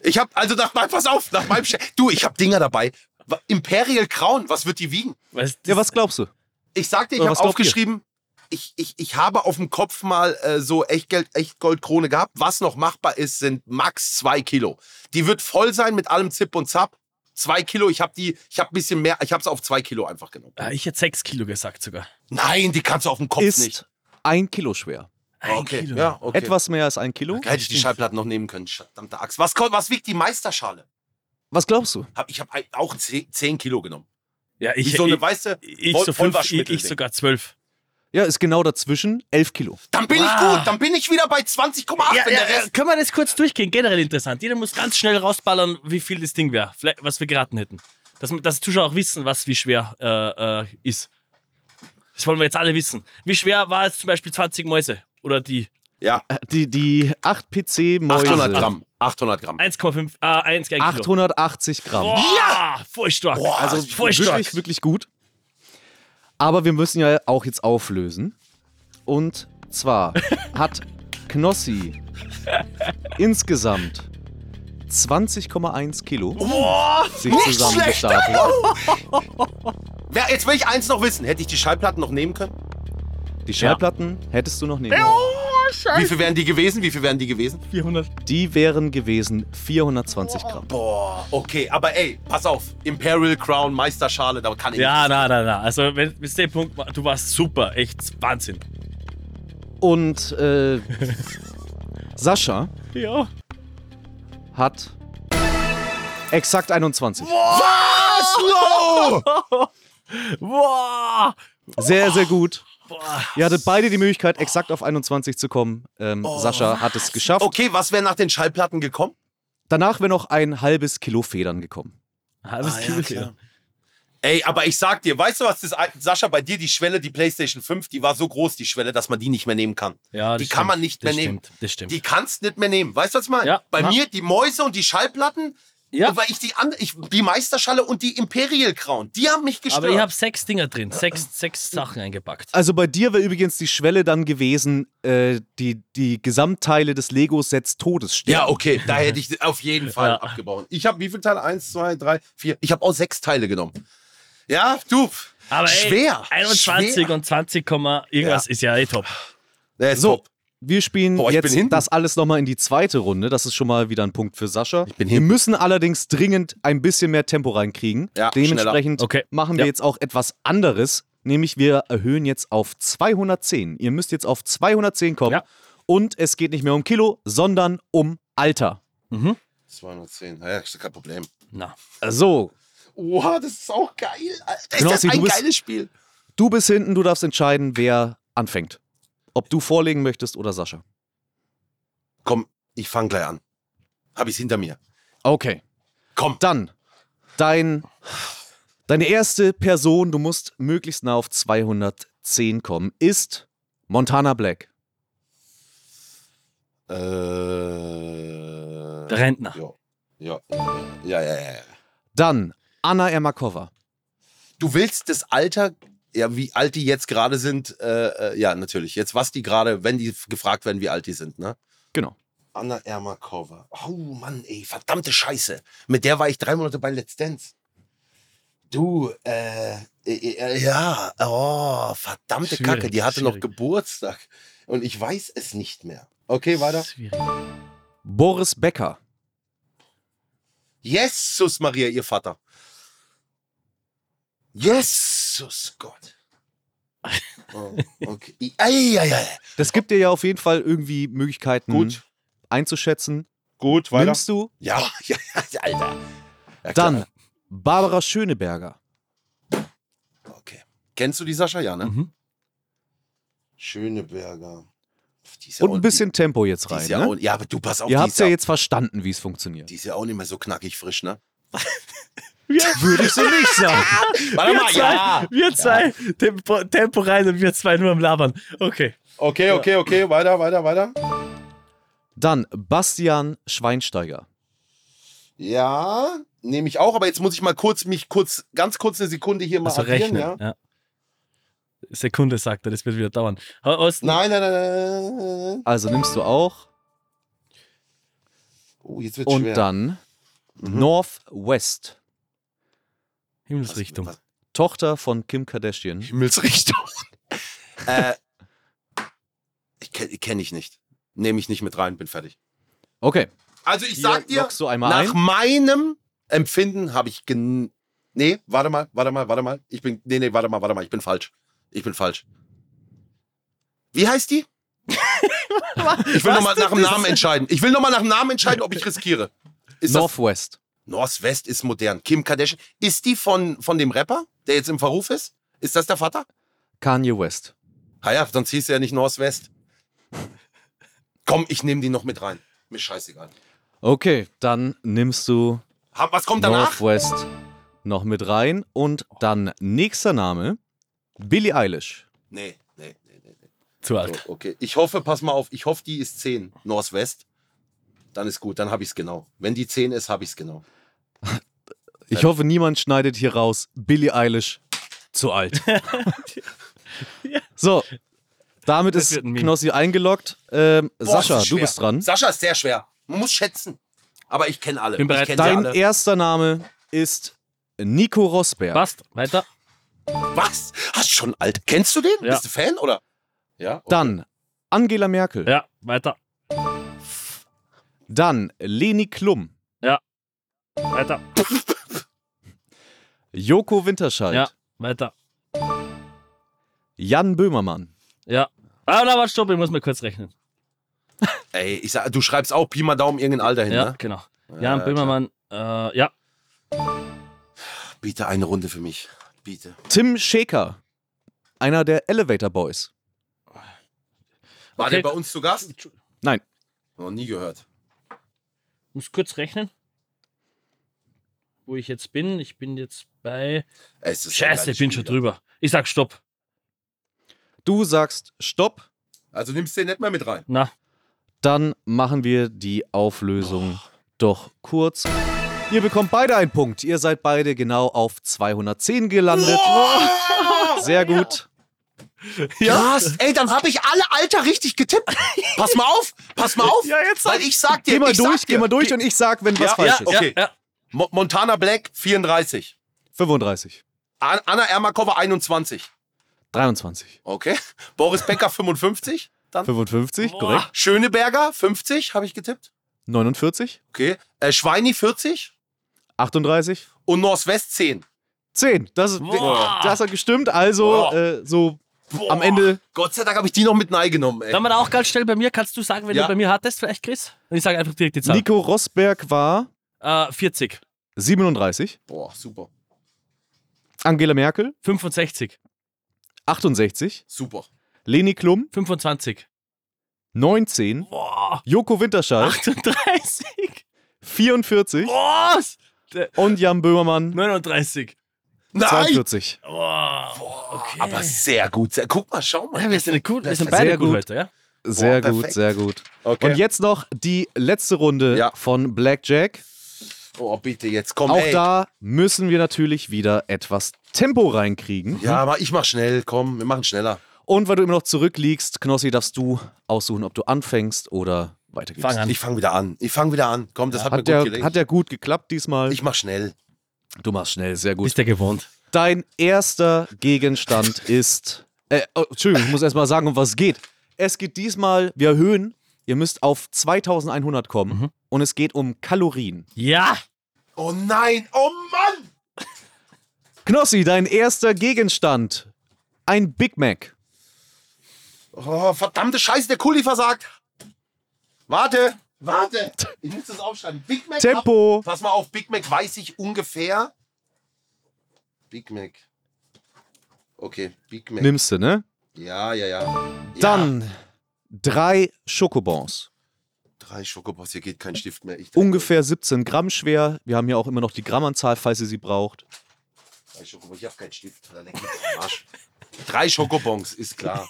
C: Ich habe also nach meinem, pass auf, nach meinem, Sch- du, ich habe Dinger dabei. Wa- Imperial Crown, was wird die wiegen?
B: Weißt du,
D: Ja, was glaubst du?
C: Ich sag dir, ich
D: Was
C: habe
D: glaubt ihr?
C: aufgeschrieben, ich, ich, ich habe auf dem Kopf mal äh, so Echtgeld, Echtgoldkrone gehabt. Was noch machbar ist, sind max zwei Kilo. Die wird voll sein mit allem Zip und Zap. Zwei Kilo, ich habe die, ich habe ein bisschen mehr, ich habe es auf zwei Kilo einfach genommen.
B: Ah, ich hätte 6 Kilo gesagt sogar.
C: Nein, die kannst du auf dem Kopf
D: Ist
C: nicht.
D: ein Kilo schwer.
B: Ein
C: okay,
B: Kilo.
C: ja, okay.
D: Etwas mehr als ein Kilo.
C: Hätte ich die Schallplatten noch nehmen können, verdammte Axt. Was, kommt- was wiegt die Meisterschale?
D: Was glaubst du?
C: Hab, ich habe auch 10 Kilo genommen.
B: Ja,
C: Wie
B: ich,
C: so eine
B: ich,
C: weiße
B: ich,
C: Voll-
B: so fünf, ich,
C: Vollwaschmittel-
B: ich sogar 12.
D: Ja, ist genau dazwischen. Elf Kilo.
C: Dann bin ich
B: Wow.
C: gut, dann bin ich wieder bei 20,8, wenn der Rest...
B: können wir das kurz durchgehen? Generell interessant. Jeder muss ganz schnell rausballern, wie viel das Ding wäre, vielleicht- was wir geraten hätten. Dass, dass die Zuschauer auch wissen, was wie schwer äh, äh, ist. Das wollen wir jetzt alle wissen. Wie schwer war jetzt zum Beispiel 20 Mäuse? Oder die
C: Ja, Oh,
D: Die, die acht PC-Mäuse.
C: 800 Gramm. 800 Gramm.
B: 1,5, äh, 1 gegen Kilo.
D: 880 Gramm.
B: Boah, voll stark.
C: Boah,
B: also
C: das
B: voll stark.
D: wirklich, wirklich gut. Aber wir müssen ja auch jetzt auflösen. Und zwar hat Knossi insgesamt 20,1 Kilo sich zusammengestapelt.
C: Wer, jetzt will ich eins noch wissen. Hätte ich die Schallplatten noch nehmen können?
D: Die Schallplatten hättest du noch nehmen.
C: Wie viel wären die gewesen? Wie viel wären die gewesen?
B: 400.
D: Die wären gewesen 420 Gramm.
C: Boah, Ah, okay. Aber ey, pass auf. Imperial Crown, Meisterschale, da kann ich
B: Ja, na, na, na. Also, wenn, bis dem Punkt, war- du warst super. Echt Wahnsinn.
D: Und äh, Sascha
B: Ja.
D: hat exakt 21.
C: Oh,
B: Boah.
D: Sehr, sehr gut. Ihr hattet beide die Möglichkeit, exakt auf 21 zu kommen. Ähm, Sascha hat es geschafft.
C: Oh. Okay, was wäre nach den Schallplatten gekommen?
D: Danach wäre noch ein halbes Kilo Federn gekommen.
B: Halbes
C: Ah, ja,
B: Kilo.
C: klar. Ey, aber ich sag dir, weißt du was, das, Sascha, bei dir die Schwelle, die PlayStation 5, die war so groß, die Schwelle, dass man die nicht mehr nehmen kann.
B: Ja, das
C: die
B: stimmt.
C: kann man nicht mehr
B: das
C: nehmen.
B: Stimmt. Das stimmt.
C: Die kannst nicht mehr nehmen. Weißt du, was ich meine?
B: Ja,
C: bei
B: ja.
C: mir die Mäuse und die Schallplatten,
B: Ja.
C: Weil ich die, andere, ich, die Meisterschale und die Imperial Crown, die haben mich gestört.
B: Aber ich habe sechs Dinger drin, sechs, sechs Sachen eingepackt.
C: Äh,
D: Also bei dir wäre übrigens die Schwelle dann gewesen, äh, die, die Gesamtteile des Lego-Sets Todesstern.
C: Ja, okay, da hätte ich auf jeden Fall
B: Ja.
C: abgebaut. Ich habe wie viele Teile? Eins, zwei, drei, vier. Ich habe auch sechs Teile genommen. Ja, du.
B: Aber ey,
C: schwer.
B: 21
C: schwer.
B: und 20, Komma irgendwas ist ja eh top.
C: Ja, ist
D: So,
C: top.
D: wir spielen
C: Boah, ich bin
D: jetzt
C: hinten.
D: das alles nochmal in die zweite Runde. Das ist schon mal wieder ein Punkt für Sascha. Ich
C: bin
D: wir
C: hinten.
D: müssen allerdings dringend ein bisschen mehr Tempo reinkriegen.
C: Ja,
D: Dementsprechend
B: schneller. Okay.
D: machen wir jetzt auch etwas anderes. Nämlich wir erhöhen jetzt auf 210. Ihr müsst jetzt auf 210 kommen.
B: Ja.
D: Und es geht nicht mehr um Kilo, sondern um Alter.
B: Mhm.
C: 210. Ja, ist kein Problem.
B: Na.
D: So,
C: Oha, das ist auch geil. Alter, ist
D: Knossi,
C: das ein
D: du bist-
C: geiles Spiel.
D: du bist hinten, du darfst entscheiden, wer anfängt. Ob du vorlegen möchtest oder Sascha.
C: Komm, ich fange gleich an. Hab ich's hinter mir.
D: Okay.
C: Komm.
D: Dann, dein, deine erste Person, du musst möglichst nah auf 210 kommen, ist Montana Black.
C: Äh,
B: Der Rentner.
C: Ja. Ja. Ja, ja, ja. ja.
D: Dann Anna Ermakova.
C: Du willst das Alter, ja, wie alt die jetzt gerade sind, äh, äh, ja, natürlich. Jetzt, was die gerade, wenn die f- gefragt werden, wie alt die sind, ne?
D: Genau.
C: Anna Ermakova. Oh Mann, ey, verdammte Scheiße. Mit der war ich drei Monate bei Let's Dance. Du, äh, äh, äh, ja, oh, verdammte
B: Schwierig,
C: Kacke, die hatte noch
B: schwierig.
C: Geburtstag. Und ich weiß es nicht mehr. Okay, weiter.
B: Schwierig.
D: Boris Becker.
C: Jesus Maria, ihr Vater. Jesus Gott. Oh, okay. I- Ei, ei, ei.
D: Das gibt dir ja auf jeden Fall irgendwie Möglichkeiten
C: Gut.
D: einzuschätzen.
C: Gut,
D: Nimmst du?
C: Ja, ja, ja, Alter. Ja, klar.
D: Dann Barbara Schöneberger.
C: Okay. Kennst du die Sascha? Ja, ne?
B: Mhm.
C: Schöneberger. Die ist ja
D: Und
C: auch-
D: ein bisschen Tempo
C: die,
D: jetzt
C: die ist
D: rein.
C: ja,
D: Ne?
C: auch, ja, aber du pass auf,
D: Ihr
C: die,
D: habt
C: ist
D: ja
C: ja,
D: jetzt verstanden, wie es funktioniert.
C: die ist ja auch nicht mehr so knackig frisch, ne?
D: Würde ich so nicht sagen.
C: Warte mal,
B: zwei, wir zwei, Tempo, Tempo rein und wir zwei nur am Labern. Okay.
C: Okay, okay, okay, weiter, weiter, weiter.
D: Dann Bastian Schweinsteiger.
C: Ja, nehme ich auch, aber jetzt muss ich mal kurz mich kurz, ganz kurz eine Sekunde hier mal
B: Also
C: addieren,
B: rechnen.
C: ja?
B: Ja. Sekunde sagt er, das wird wieder dauern. Ha- Osten,
C: Nein, nein, nein, nein, nein.
D: Also nimmst du auch.
C: Oh, jetzt wird
D: Und
C: schwer. Mhm.
D: dann Northwest,
B: Himmelsrichtung.
C: Was-
D: Tochter von Kim Kardashian.
C: Himmelsrichtung. äh, ich kenne kenn ich nicht. Nehme ich nicht mit rein, bin fertig.
D: Okay.
C: Also ich sag
D: Hier
C: dir,
D: lockst du einmal
C: nach
D: ein.
C: meinem Empfinden habe ich gen Nee, warte mal, warte mal, warte mal. Ich bin Nee, nee, warte mal, warte mal, ich bin falsch. Ich bin falsch. Wie heißt die? ich will nochmal nach dem Namen entscheiden. Ich will nochmal nach dem Namen entscheiden, ob ich riskiere. Ist das
D: Northwest.
C: Northwest ist modern. Kim Kardashian. Ist die von, von dem Rapper, der jetzt im Verruf ist? Ist das der Vater?
D: Kanye West.
C: Ah ja, sonst hieß er ja nicht Northwest. Komm, ich nehme die noch mit rein. Mir scheißegal.
D: Okay, dann nimmst du
C: Ha- Was kommt danach?
D: Northwest noch mit rein. Und dann nächster Name, Billie Eilish.
C: Nee, nee, nee, nee. nee.
B: Zu alt.
C: So, okay. Ich hoffe, pass mal auf, ich hoffe, die ist 10. Northwest. Dann ist gut, dann habe ich es genau. Wenn die 10 ist, habe ich es genau.
D: Ich
C: Äh.
D: hoffe, niemand schneidet hier raus. Billie Eilish, zu alt. so, damit
B: Das
D: ist
B: wird ein Meme.
D: Knossi eingeloggt. Ähm,
C: Boah,
D: Sascha,
C: das ist
D: du
C: schwer.
D: bist dran.
C: Sascha ist sehr schwer. Man muss schätzen. Aber ich kenne alle.
B: Bin bereit.
C: Ich kenn sie
D: Dein
C: alle.
D: erster Name ist Nico Rosberg.
B: Passt, weiter.
D: E-
C: Was? Hast schon alt? Kennst du den?
B: Ja.
C: Bist du Fan oder? Ja. okay.
D: Dann Angela Merkel.
B: Ja, weiter,
D: Dann Leni Klum.
B: weiter,
D: Joko Winterscheid.
B: Ja. weiter.
D: Jan Böhmermann.
B: Ja. Ah, na, warte, stopp, ich muss mal kurz rechnen.
C: Ey, ich sag, du schreibst auch Pi mal Daumen irgendein Alter hin,
B: Ja,
C: ne?
B: genau. Jan Böhmermann, äh, ja,
C: Biete eine Runde für mich. Biete.
D: Tim Schäker. Einer der Elevator Boys.
C: War
B: Okay.
C: der bei uns zu Gast?
D: Nein.
C: Noch nie gehört.
B: muss kurz rechnen, wo ich jetzt bin. Ich bin jetzt bei.
C: Ey, es ist ein
B: Scheiße,
C: geiles
B: ich bin
C: Spiel,
B: schon drüber. Ich sag Stopp.
D: Du sagst Stopp.
C: Also nimmst du den nicht mehr mit rein.
B: Na,
D: Dann machen wir die Auflösung doch kurz. Ihr bekommt beide einen Punkt. Ihr seid beide genau auf 210 gelandet. Sehr gut.
J: Krass, ey, dann habe ich alle Alter richtig getippt. Pass mal auf, pass mal auf. Ja, jetzt weil ich sag dir,
D: Geh mal
J: ich
D: durch,
J: sag dir,
D: geh mal durch und ich sag, wenn was
C: Ja,
D: falsch
C: ja,
D: ist.
C: okay. Mo Montana Black 34.
D: 35,
C: An Anna Ermakova 21.
D: 23,
C: Okay. Boris Becker 55. Dann.
D: 55, korrekt.
C: Schöneberger 50, habe ich getippt.
D: 49,
C: Okay. Äh, Schweini 40
D: 38,
C: und Northwest 10.
D: 10. Das, ist,
B: Boah.
D: das hat gestimmt. Also,
C: Boah.
D: äh, so am Ende
C: Gott sei Dank habe ich die noch mit Nei genommen, ey.
B: Dann war auch ganz schnell bei mir. Kannst du sagen, wenn
C: Ja.
B: du bei mir hattest, vielleicht, Chris? Und ich sage einfach direkt die Zahl.
D: Nico Rosberg war
B: Äh, 40,
D: 37,
C: Boah, super.
D: Angela Merkel
B: 65,
D: 68,
C: Super.
D: Leni Klum
B: 25,
D: 19,
B: boah,
D: Joko Winterschall
B: 38,
D: 44
B: boah,
D: und Jan Böhmermann
B: 39.
C: Nein!
D: 42.
C: Aber sehr gut. Sehr, guck mal, schau mal. Also-
B: Ja, wir sind, gut, wir sind
D: Sehr
B: beide gut,
D: gut.
B: heute, ja?
D: Sehr
C: Boah,
D: gut,
C: perfekt.
D: sehr gut.
C: Okay.
D: Und jetzt noch die letzte Runde
C: Ja.
D: von Blackjack.
C: Oh, bitte, jetzt komm,
D: Auch
C: ey.
D: da müssen wir natürlich wieder etwas Tempo reinkriegen.
C: Ja, aber ich mach schnell, komm, wir machen schneller.
D: Und weil du immer noch zurückliegst, Knossi, darfst du aussuchen, ob du anfängst oder weitergehst.
B: Fang an.
C: Ich fange wieder an. Ich fange wieder an. Komm, das hat, mir
D: Hat
C: gut
D: ja,
C: gelegt.
D: hat ja gut geklappt diesmal.
C: ich mach schnell.
D: du machst schnell, sehr gut.
B: Bist ja gewohnt.
D: Dein erster Gegenstand ist. Äh, oh, Entschuldigung, ich muss erst mal sagen, um was es geht. Es geht diesmal, wir erhöhen, ihr müsst auf 2100 kommen
C: Mhm.
D: und es geht um Kalorien.
B: Ja!
C: Oh nein, oh Mann!
D: Knossi, dein erster Gegenstand. Ein Big Mac.
C: Oh, verdammte Scheiße, der Kuli versagt. Warte, warte. Ich muss das aufschreiben. Big Mac.
D: Tempo.
C: Ab, pass mal auf, Big Mac weiß ich ungefähr. Big Mac. Okay, Big Mac.
D: Nimmst du, ne?
C: Ja, ja, ja. ja.
D: Dann drei Schokobons.
C: Drei Schokoboss, hier geht kein Stift mehr. Ich denke,
D: Ungefähr 17 Gramm schwer. Wir haben ja auch immer noch die Grammanzahl, falls ihr sie braucht.
C: Drei Schokoboss, ich hab keinen Stift. Da leck mich am Arsch. Drei Schokobons, ist klar.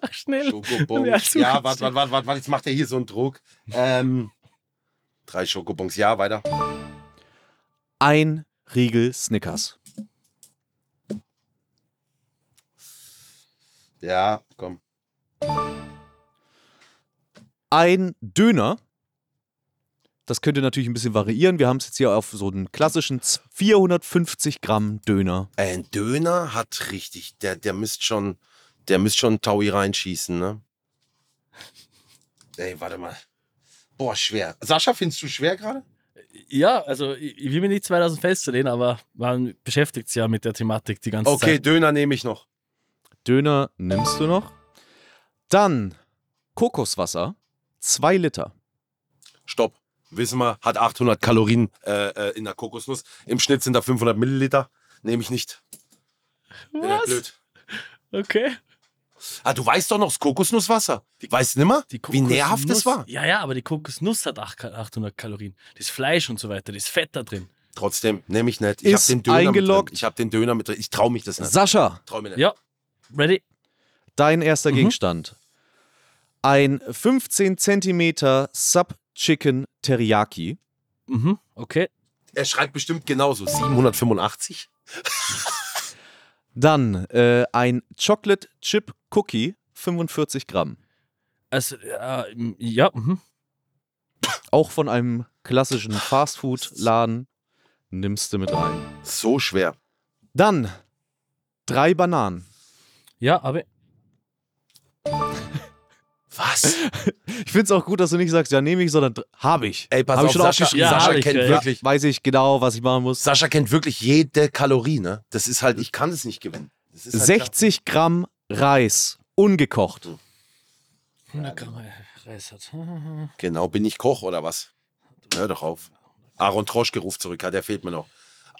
B: Ach, schnell.
C: Schokobons. Ja, warte, warte, warte, warte, warte, jetzt macht er hier so einen Druck. Ähm, drei Schokobons, ja, weiter.
D: Ein Riegel Snickers.
C: Ja, komm.
D: Ein Döner. Das könnte natürlich ein bisschen variieren. Wir haben es jetzt hier auf so einen klassischen 450 Gramm Döner.
C: Ein Döner hat richtig, der, der müsst schon, der müsst schon Taui reinschießen, ne? Ey, warte mal. Boah, schwer. Sascha, findest du schwer gerade?
B: Ja, also ich, ich will mich nicht 2000 festzulegen, aber man beschäftigt sich ja mit der Thematik die ganze
C: Okay,
B: Zeit.
C: Döner nehme ich noch.
D: Döner nimmst du noch. Dann Kokoswasser. Zwei Liter.
C: Stopp. Wissen wir, hat 800 Kalorien äh, äh, in der Kokosnuss. Im Schnitt sind da 500 Milliliter. Nehme ich nicht. Bin ja
B: Was?
C: blöd.
B: Okay.
C: Ah, du weißt doch noch das Kokosnusswasser. Weißt du nimmer,
B: Die
C: wie nährhaft
B: Kokosnuss-
C: es war?
B: Ja, ja, aber die Kokosnuss hat ach- 800 Kalorien. Das Fleisch und so weiter, das Fett da drin.
C: Trotzdem nehme ich nicht. Ich
D: Ist
C: habe den Döner
D: eingeloggt.
C: mit drin. Ich habe den Döner mit drin. Ich traue mich das nicht.
D: Sascha,
C: Trau mir nicht.
B: Ja, ready?
D: dein erster Gegenstand. Ein 15 Zentimeter Sub Chicken Teriyaki.
B: Mhm, okay.
C: Er schreibt bestimmt genauso. 785?
D: Dann äh, ein Chocolate Chip Cookie, 45 Gramm.
B: Also, äh, m- ja, mhm.
D: Auch von einem klassischen Fastfood-Laden. Nimmst du mit rein.
C: So schwer.
D: Dann drei Bananen.
B: ja, aber
C: Was?
D: Ich find's auch gut, dass du nicht sagst, ja, nehme ich, sondern dr- habe ich.
C: Ey, pass
D: Hab
C: auf,
D: ich schon
C: Sascha,
D: aufgeschrieben.
B: Ja,
C: Sascha
B: hab ich,
C: kennt
B: ja.
C: wirklich.
D: Weiß ich genau, was ich machen muss.
C: Sascha kennt wirklich jede Kalorie, ne? Das ist halt, ich kann es nicht gewinnen. Das ist halt klar.
D: 60 Gramm Reis, ungekocht.
B: 100 Gramm Reis hat.
C: Genau, bin ich Koch oder was? Hör doch auf. Aaron Troschke ruft zurück, ja, der fehlt mir noch.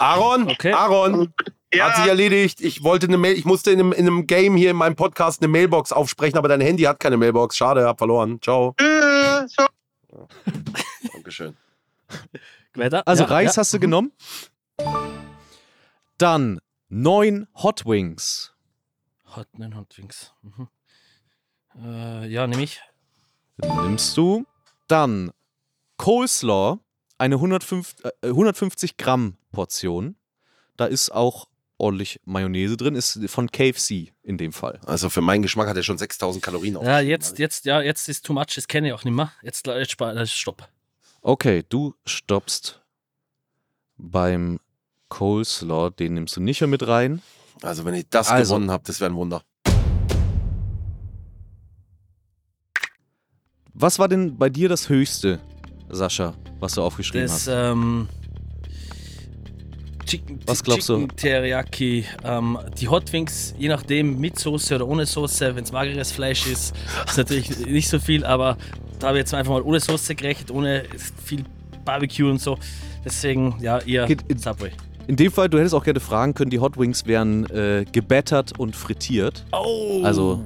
C: Aaron,
B: Okay.
C: Aaron, hat sich erledigt. Ich wollte eine Mail, ich musste in einem, in einem Game hier in meinem Podcast eine Mailbox aufsprechen, aber dein Handy hat keine Mailbox. Schade, hab verloren. Ciao. Dankeschön.
B: Weiter?
D: Also
B: ja,
D: Reis
C: halt.
B: ja.
D: hast du genommen. Dann neun Hot Wings,
B: Hot, nein, Hot Wings. Mhm. Äh, ja, nehme ich.
D: nimmst du. Dann Coleslaw, eine 105, äh, 150 Gramm Portion. Da ist auch ordentlich Mayonnaise drin, ist von KFC in dem Fall.
C: Also für meinen Geschmack hat er schon 6000 Kalorien auf.
B: Ja, jetzt, jetzt, ja, jetzt ist too much, das kenne ich auch nicht mehr. Jetzt, jetzt spa- äh, stopp.
D: Okay, du stoppst beim Coleslaw, den nimmst du nicht mehr mit rein.
C: Also wenn ich das
D: Also.
C: gewonnen habe, das wäre ein Wunder.
D: Was war denn bei dir das Höchste, Sascha, was du aufgeschrieben
B: Das,
D: hast?
B: ähm, Chicken,
D: Was glaubst du?
B: Chicken Teriyaki, ähm, die Hot Wings, je nachdem, mit Soße oder ohne Soße, wenn es mageres Fleisch ist, ist natürlich nicht so viel, aber da habe ich jetzt einfach mal ohne Soße gerechnet, ohne viel Barbecue und so. Deswegen, ja, eher
D: Geht-
B: Subway.
D: In dem Fall, du hättest auch gerne fragen können, die Hot Wings wären äh, gebettert und frittiert.
B: Oh!
D: Also,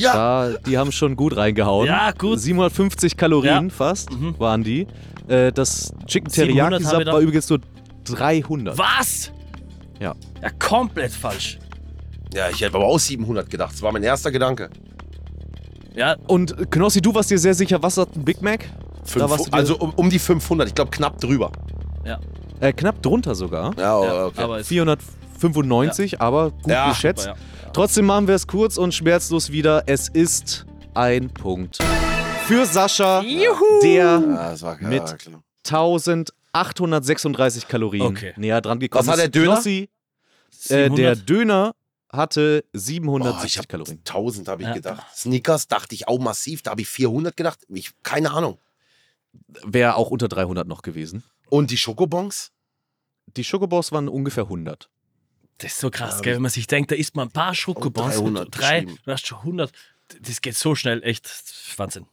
D: da, die haben schon gut reingehauen.
B: Ja, gut.
D: 750 Kalorien
B: Ja.
D: fast
B: Mhm.
D: waren die. Äh, das Chicken
B: 700 haben
D: Teriyaki
B: wir
D: Sub
B: da.
D: war übrigens nur 300.
B: Was?
D: Ja.
B: Ja, komplett falsch.
C: Ja, ich hätte aber auch 700 gedacht. Das war mein erster Gedanke.
B: Ja,
D: Und Knossi, du warst dir sehr sicher, was hat ein Big Mac? Da warst du
C: Fünf,
D: dir-
C: also um, um die 500, ich glaube knapp drüber.
D: Äh, knapp drunter sogar.
C: Ja,
B: ja
C: okay.
B: aber es
D: 495, aber gut
C: Ja,
D: geschätzt.
B: aber
D: Trotzdem machen wir es kurz und schmerzlos wieder. Es ist ein Punkt für Sascha, der
C: Ja, das war klar. Oh,
D: Mit- 1836 Kalorien
B: Okay.
D: näher dran gekommen
C: Was hat
D: ist.
C: der Döner?
D: Knossi, äh, der
B: 700.
D: Döner hatte
C: Oh, ich
D: 770
C: habe
D: Kalorien.
C: 1000 habe ich
B: Ja.
C: gedacht. Sneakers dachte ich auch massiv, da habe ich 400 gedacht. Ich, keine Ahnung.
D: Wäre auch unter 300 noch gewesen.
C: Und die Schokobons?
D: Die Schokobons waren ungefähr 100.
B: Das ist so krass, gell? wenn man sich denkt, da isst man ein paar Schokobons,
C: 300
B: und drei,
C: geschrieben.
B: du hast schon 100. Das geht so schnell, echt Wahnsinn.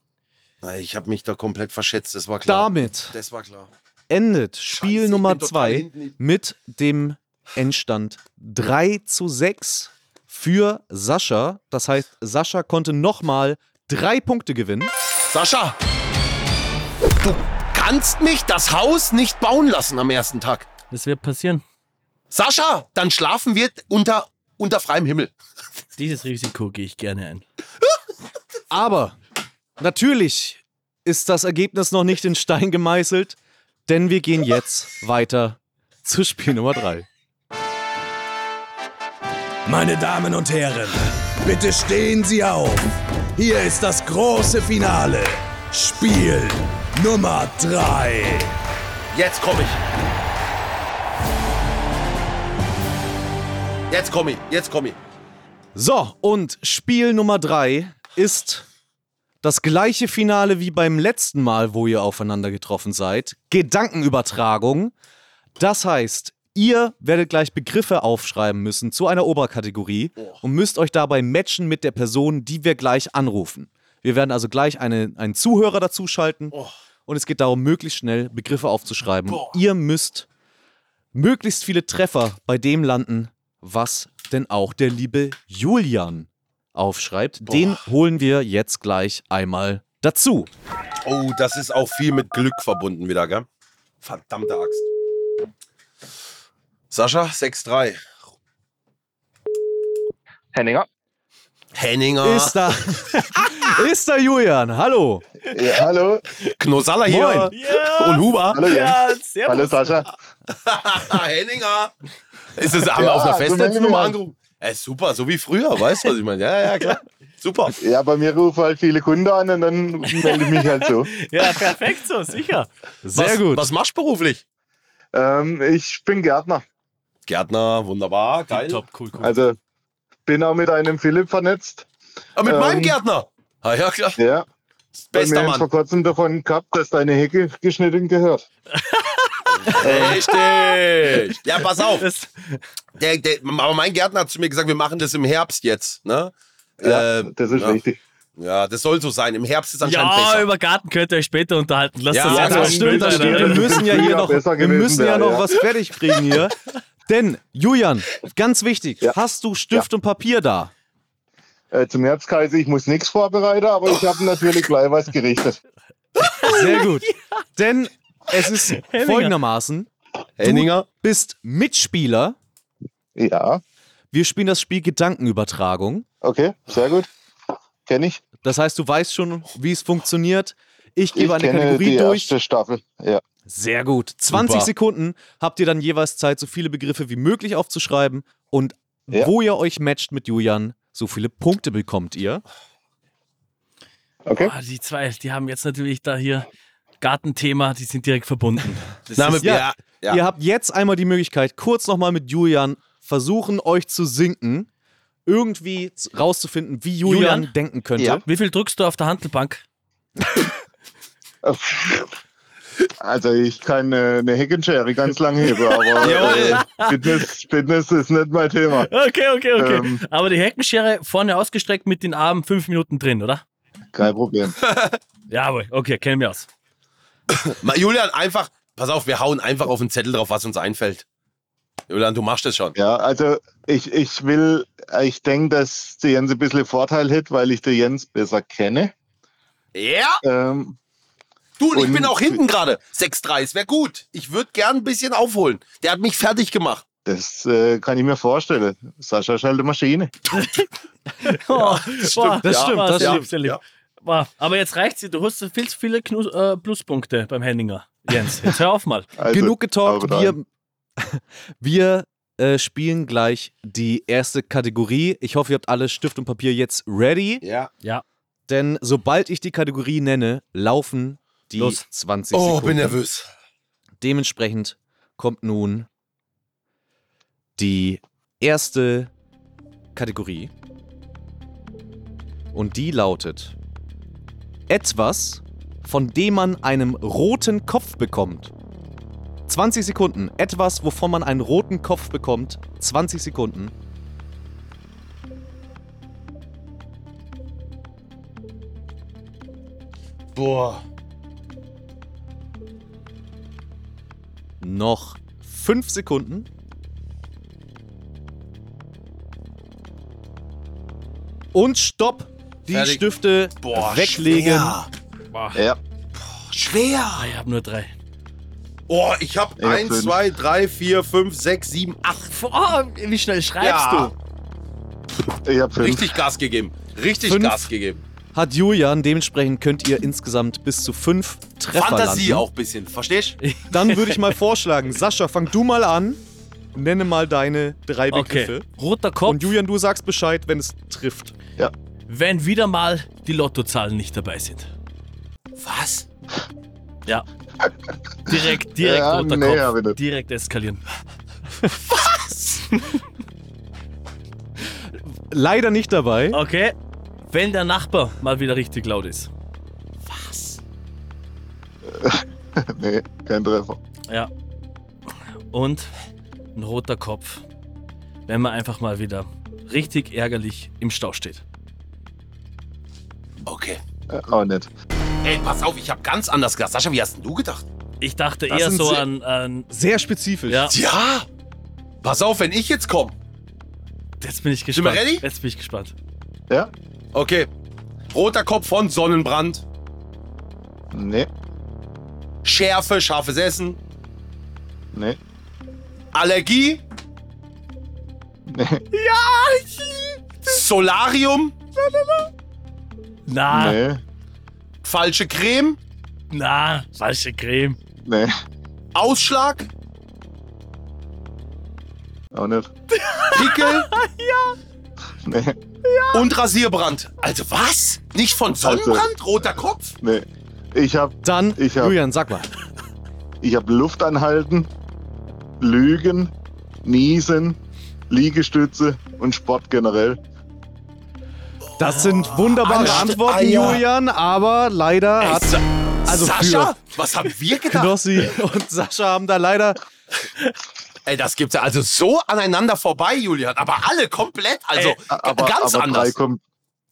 C: Na, Ich habe mich da komplett verschätzt, das war klar.
D: Damit
C: Das war klar.
D: endet Spiel
C: Scheiße, ich
D: Nummer
C: bin total
D: 2
C: hinten. Ich-
D: mit dem Endstand 3 zu 6 für Sascha. Das heißt, Sascha konnte nochmal drei Punkte gewinnen.
C: Sascha, du kannst mich das Haus nicht bauen lassen am ersten Tag.
B: Das wird passieren.
C: Sascha, dann schlafen wir unter, unter freiem Himmel.
B: Dieses Risiko gehe ich gerne ein.
D: Aber natürlich ist das Ergebnis noch nicht in Stein gemeißelt, denn wir gehen jetzt weiter zu Spiel Nummer 3.
A: Meine Damen und Herren, bitte stehen Sie auf. Hier ist das große Finale. Spiel Nummer 3.
C: Jetzt komme ich. Jetzt komme ich, jetzt komme ich.
D: So, und Spiel Nummer 3 ist das gleiche Finale wie beim letzten Mal, wo ihr aufeinander getroffen seid. Gedankenübertragung. Das heißt, ihr werdet gleich Begriffe aufschreiben müssen zu einer Oberkategorie und müsst euch dabei matchen mit der Person, die wir gleich anrufen. Wir werden also gleich eine, einen Zuhörer dazuschalten und es geht darum, möglichst schnell Begriffe aufzuschreiben. Ihr müsst möglichst viele Treffer bei dem landen, was denn auch der liebe Julian aufschreibt. Den holen wir jetzt gleich einmal dazu.
C: Oh, das ist auch viel mit Glück verbunden wieder, gell? Verdammte Axt. Sascha, 6-3.
I: Henninger.
C: Henninger.
D: Ist da. ist da Julian. Hallo.
K: Ja, hallo.
C: Knosaller hier.
D: Moin.
C: Und Huber.
K: Hallo, Jens. Hallo, Sascha.
C: Henninger. Ist es, haben wir
K: Ja,
C: auf einer
K: so
C: Festnetznummer
K: Henninger.
C: angerufen? Ey, super, so wie früher, weißt du, was ich meine? Ja, ja, klar. Super.
K: Ja, bei mir rufen halt viele Kunden an und dann melde ich mich halt so.
B: Ja, perfekt so, sicher.
D: Sehr
C: was,
D: gut.
C: Was machst du beruflich?
K: Ähm, ich bin Gärtner.
C: Gärtner, wunderbar, geil.
B: Top, cool, cool.
K: Also bin auch mit einem Philipp vernetzt.
C: Ah, mit
K: Ähm,
C: meinem Gärtner. Ah, ja, klar.
K: Ja, bei mir
C: Bester
K: haben vor
C: Mann.
K: kurzem davon gehabt, dass deine Hecke geschnitten gehört.
C: Richtig. Ja, pass auf.
B: Das,
C: Der, der, aber mein Gärtner hat zu mir gesagt, wir machen das im Herbst jetzt. Ne?
K: Ja,
C: Äh,
K: das ist
C: ja.
K: richtig.
C: Ja, das soll so sein. Im Herbst ist anscheinend
B: ja,
C: besser.
B: über Garten könnt ihr euch später unterhalten. Lasst
C: Ja,
B: uns
C: das
B: jetzt mal
C: stimmt,
B: später
C: das stimmt.
D: Wir
B: reden.
D: müssen ja hier
K: Früher
D: noch,
K: besser
D: wir
K: gewesen
D: müssen ja
K: wäre,
D: noch
K: ja.
D: was fertig kriegen hier. Denn, Julian, ganz wichtig,
K: Ja.
D: hast du Stift und Papier da?
K: Äh, zum Herbstkaiser, ich muss nichts vorbereiten, aber ich habe natürlich gleich was gerichtet.
D: Sehr gut. Denn es ist folgendermaßen,
C: Henninger?
D: bist Mitspieler.
K: Ja,
D: Wir spielen das Spiel Gedankenübertragung.
K: okay, sehr gut. Kenne ich.
D: Das heißt, du weißt schon, wie es funktioniert. Ich gebe
K: ich
D: eine
K: kenne
D: Kategorie
K: die
D: durch.
K: erste Staffel. Ja,
D: Sehr gut. 20
J: Super.
D: Sekunden habt ihr dann jeweils Zeit, so viele Begriffe wie möglich aufzuschreiben. Und wo ihr euch matcht mit Julian, so viele Punkte bekommt ihr.
B: Ah, die zwei, die haben jetzt natürlich da hier Gartenthema, die sind direkt verbunden. Das
D: Na,
B: ist-
D: mit- ja, Ihr habt jetzt einmal die Möglichkeit, kurz nochmal mit Julian versuchen, euch zu sinken. Irgendwie z- rauszufinden, wie Julian,
B: Julian?
D: denken könnte.
B: Ja. Wie viel drückst du auf der Handelbank?
K: Also ich kann äh, eine Heckenschere ganz lang heben, aber äh, Fitness, Fitness ist nicht mein Thema.
B: Okay, okay, okay.
K: Ähm.
B: Aber die Heckenschere vorne ausgestreckt mit den Armen fünf Minuten drin, oder?
K: Kein Problem.
B: Jawohl, okay, kennen wir aus.
C: Ma- Julian, einfach, pass auf, wir hauen einfach auf den Zettel drauf, was uns einfällt. Julian, du machst das schon.
K: Ja, also ich, ich will, ich denke, dass der Jens ein bisschen Vorteil hat, weil ich den Jens besser kenne.
C: Ja?
K: Ähm,
C: Du, ich
K: Und-
C: bin auch hinten gerade. 6-3, es wäre gut. Ich würde gern ein bisschen aufholen. Der hat mich fertig gemacht.
K: das äh, kann ich mir vorstellen. Sascha ist halt eine Maschine.
B: Oh, boah,
K: das
B: boah,
K: stimmt, das
B: sehr
K: stimmt,
B: lieb, sehr lieb. Boah, aber jetzt reicht's dir. Du hast viel zu viele Knu äh, Pluspunkte beim Henninger. Jens, jetzt hör auf mal.
K: Also,
D: Genug getalkt. Wir, wir äh, spielen gleich die erste Kategorie. Ich hoffe, ihr habt alle Stift und Papier jetzt ready.
C: Ja.
B: Ja.
D: Denn sobald ich die Kategorie nenne, laufen die
B: Los.
D: 20
C: Oh,
D: Sekunden.
C: bin nervös.
D: Dementsprechend kommt nun die erste Kategorie. Und die lautet etwas, von dem man einen roten Kopf bekommt. 20 Sekunden. Etwas, wovon man einen roten Kopf bekommt. 20 Sekunden.
C: Boah.
D: Noch 5 Sekunden. Und stopp! Die
C: Fertig.
D: Stifte
B: Äh,
C: Boah,
D: weglegen.
C: schwer.
K: Ja.
C: Schwer.
B: Ich habe nur drei.
C: Oh, ich hab
K: Ja,
C: 1,
K: fünf.
C: 2, 3, 4, 5, 6, 7, 8.
B: Oh, wie schnell schreibst
C: Ja.
B: du?
K: Ich hab fünf.
C: Richtig Gas gegeben. Richtig
D: Fünf.
C: Gas gegeben.
D: hat Julian. Dementsprechend könnt ihr insgesamt bis zu fünf Treffer
C: Fantasie
D: landen.
C: auch ein bisschen. Verstehst du?
D: Dann würde ich mal vorschlagen, Sascha, fang du mal an. Nenne mal deine drei
B: Okay.
D: Begriffe.
B: Roter Kopf,
D: Und Julian, du sagst Bescheid, wenn es trifft.
B: wenn wieder mal die Lottozahlen nicht dabei sind.
C: Was?
B: Ja. Direkt, direkt
K: Ja,
B: roter
K: nee, hab ich
B: Kopf.
K: nicht.
B: Direkt eskalieren.
D: Leider nicht dabei.
B: Okay. Wenn der Nachbar mal wieder richtig laut ist.
K: Nee, kein Treffer.
B: Ja. Und ein roter Kopf, wenn man einfach mal wieder richtig ärgerlich im Stau steht.
C: Okay.
K: Äh, Auch nicht.
C: Ey, pass auf, ich hab ganz anders gedacht. Sascha, wie hast denn du gedacht?
B: Ich dachte
D: Das
B: eher
D: sind
B: so
D: sehr-
B: an, an.
D: Sehr spezifisch.
B: Ja,
C: Ja. Ah. Pass auf, wenn ich jetzt komme.
B: jetzt bin ich
C: wir
B: gespannt.
C: ready?
B: Jetzt bin ich gespannt.
K: Ja?
C: Okay. Roter Kopf von Sonnenbrand.
K: Nee,
C: Schärfe, scharfes Essen.
K: nee,
C: Allergie.
K: nee,
C: Solarium.
B: Na,
K: nee,
C: Falsche Creme.
B: na, falsche Creme.
K: nee,
C: Ausschlag.
K: auch nicht.
C: Pickel.
K: Nee,
C: und Rasierbrand. Also was? Nicht von Sonnenbrand? Roter Kopf?
K: nee. Ich hab,
D: Dann,
K: Ich hab-
D: Julian, sag mal.
K: ich hab Luft anhalten, Lügen, Niesen, Liegestütze und Sport generell.
D: Das sind wunderbare
C: Anst-
D: Antworten,
C: Eier.
D: Julian, aber leider
C: Ey,
D: hat
C: Sa
D: also Genau.
C: Sascha? Was haben wir gedacht?
D: Knossi und Sascha haben da leider
C: Ey, das gibt's ja also so aneinander vorbei, Julian. Aber alle komplett, also
B: Ey,
K: A- Aber,
C: ganz
K: aber Drei,
C: anders.
K: kom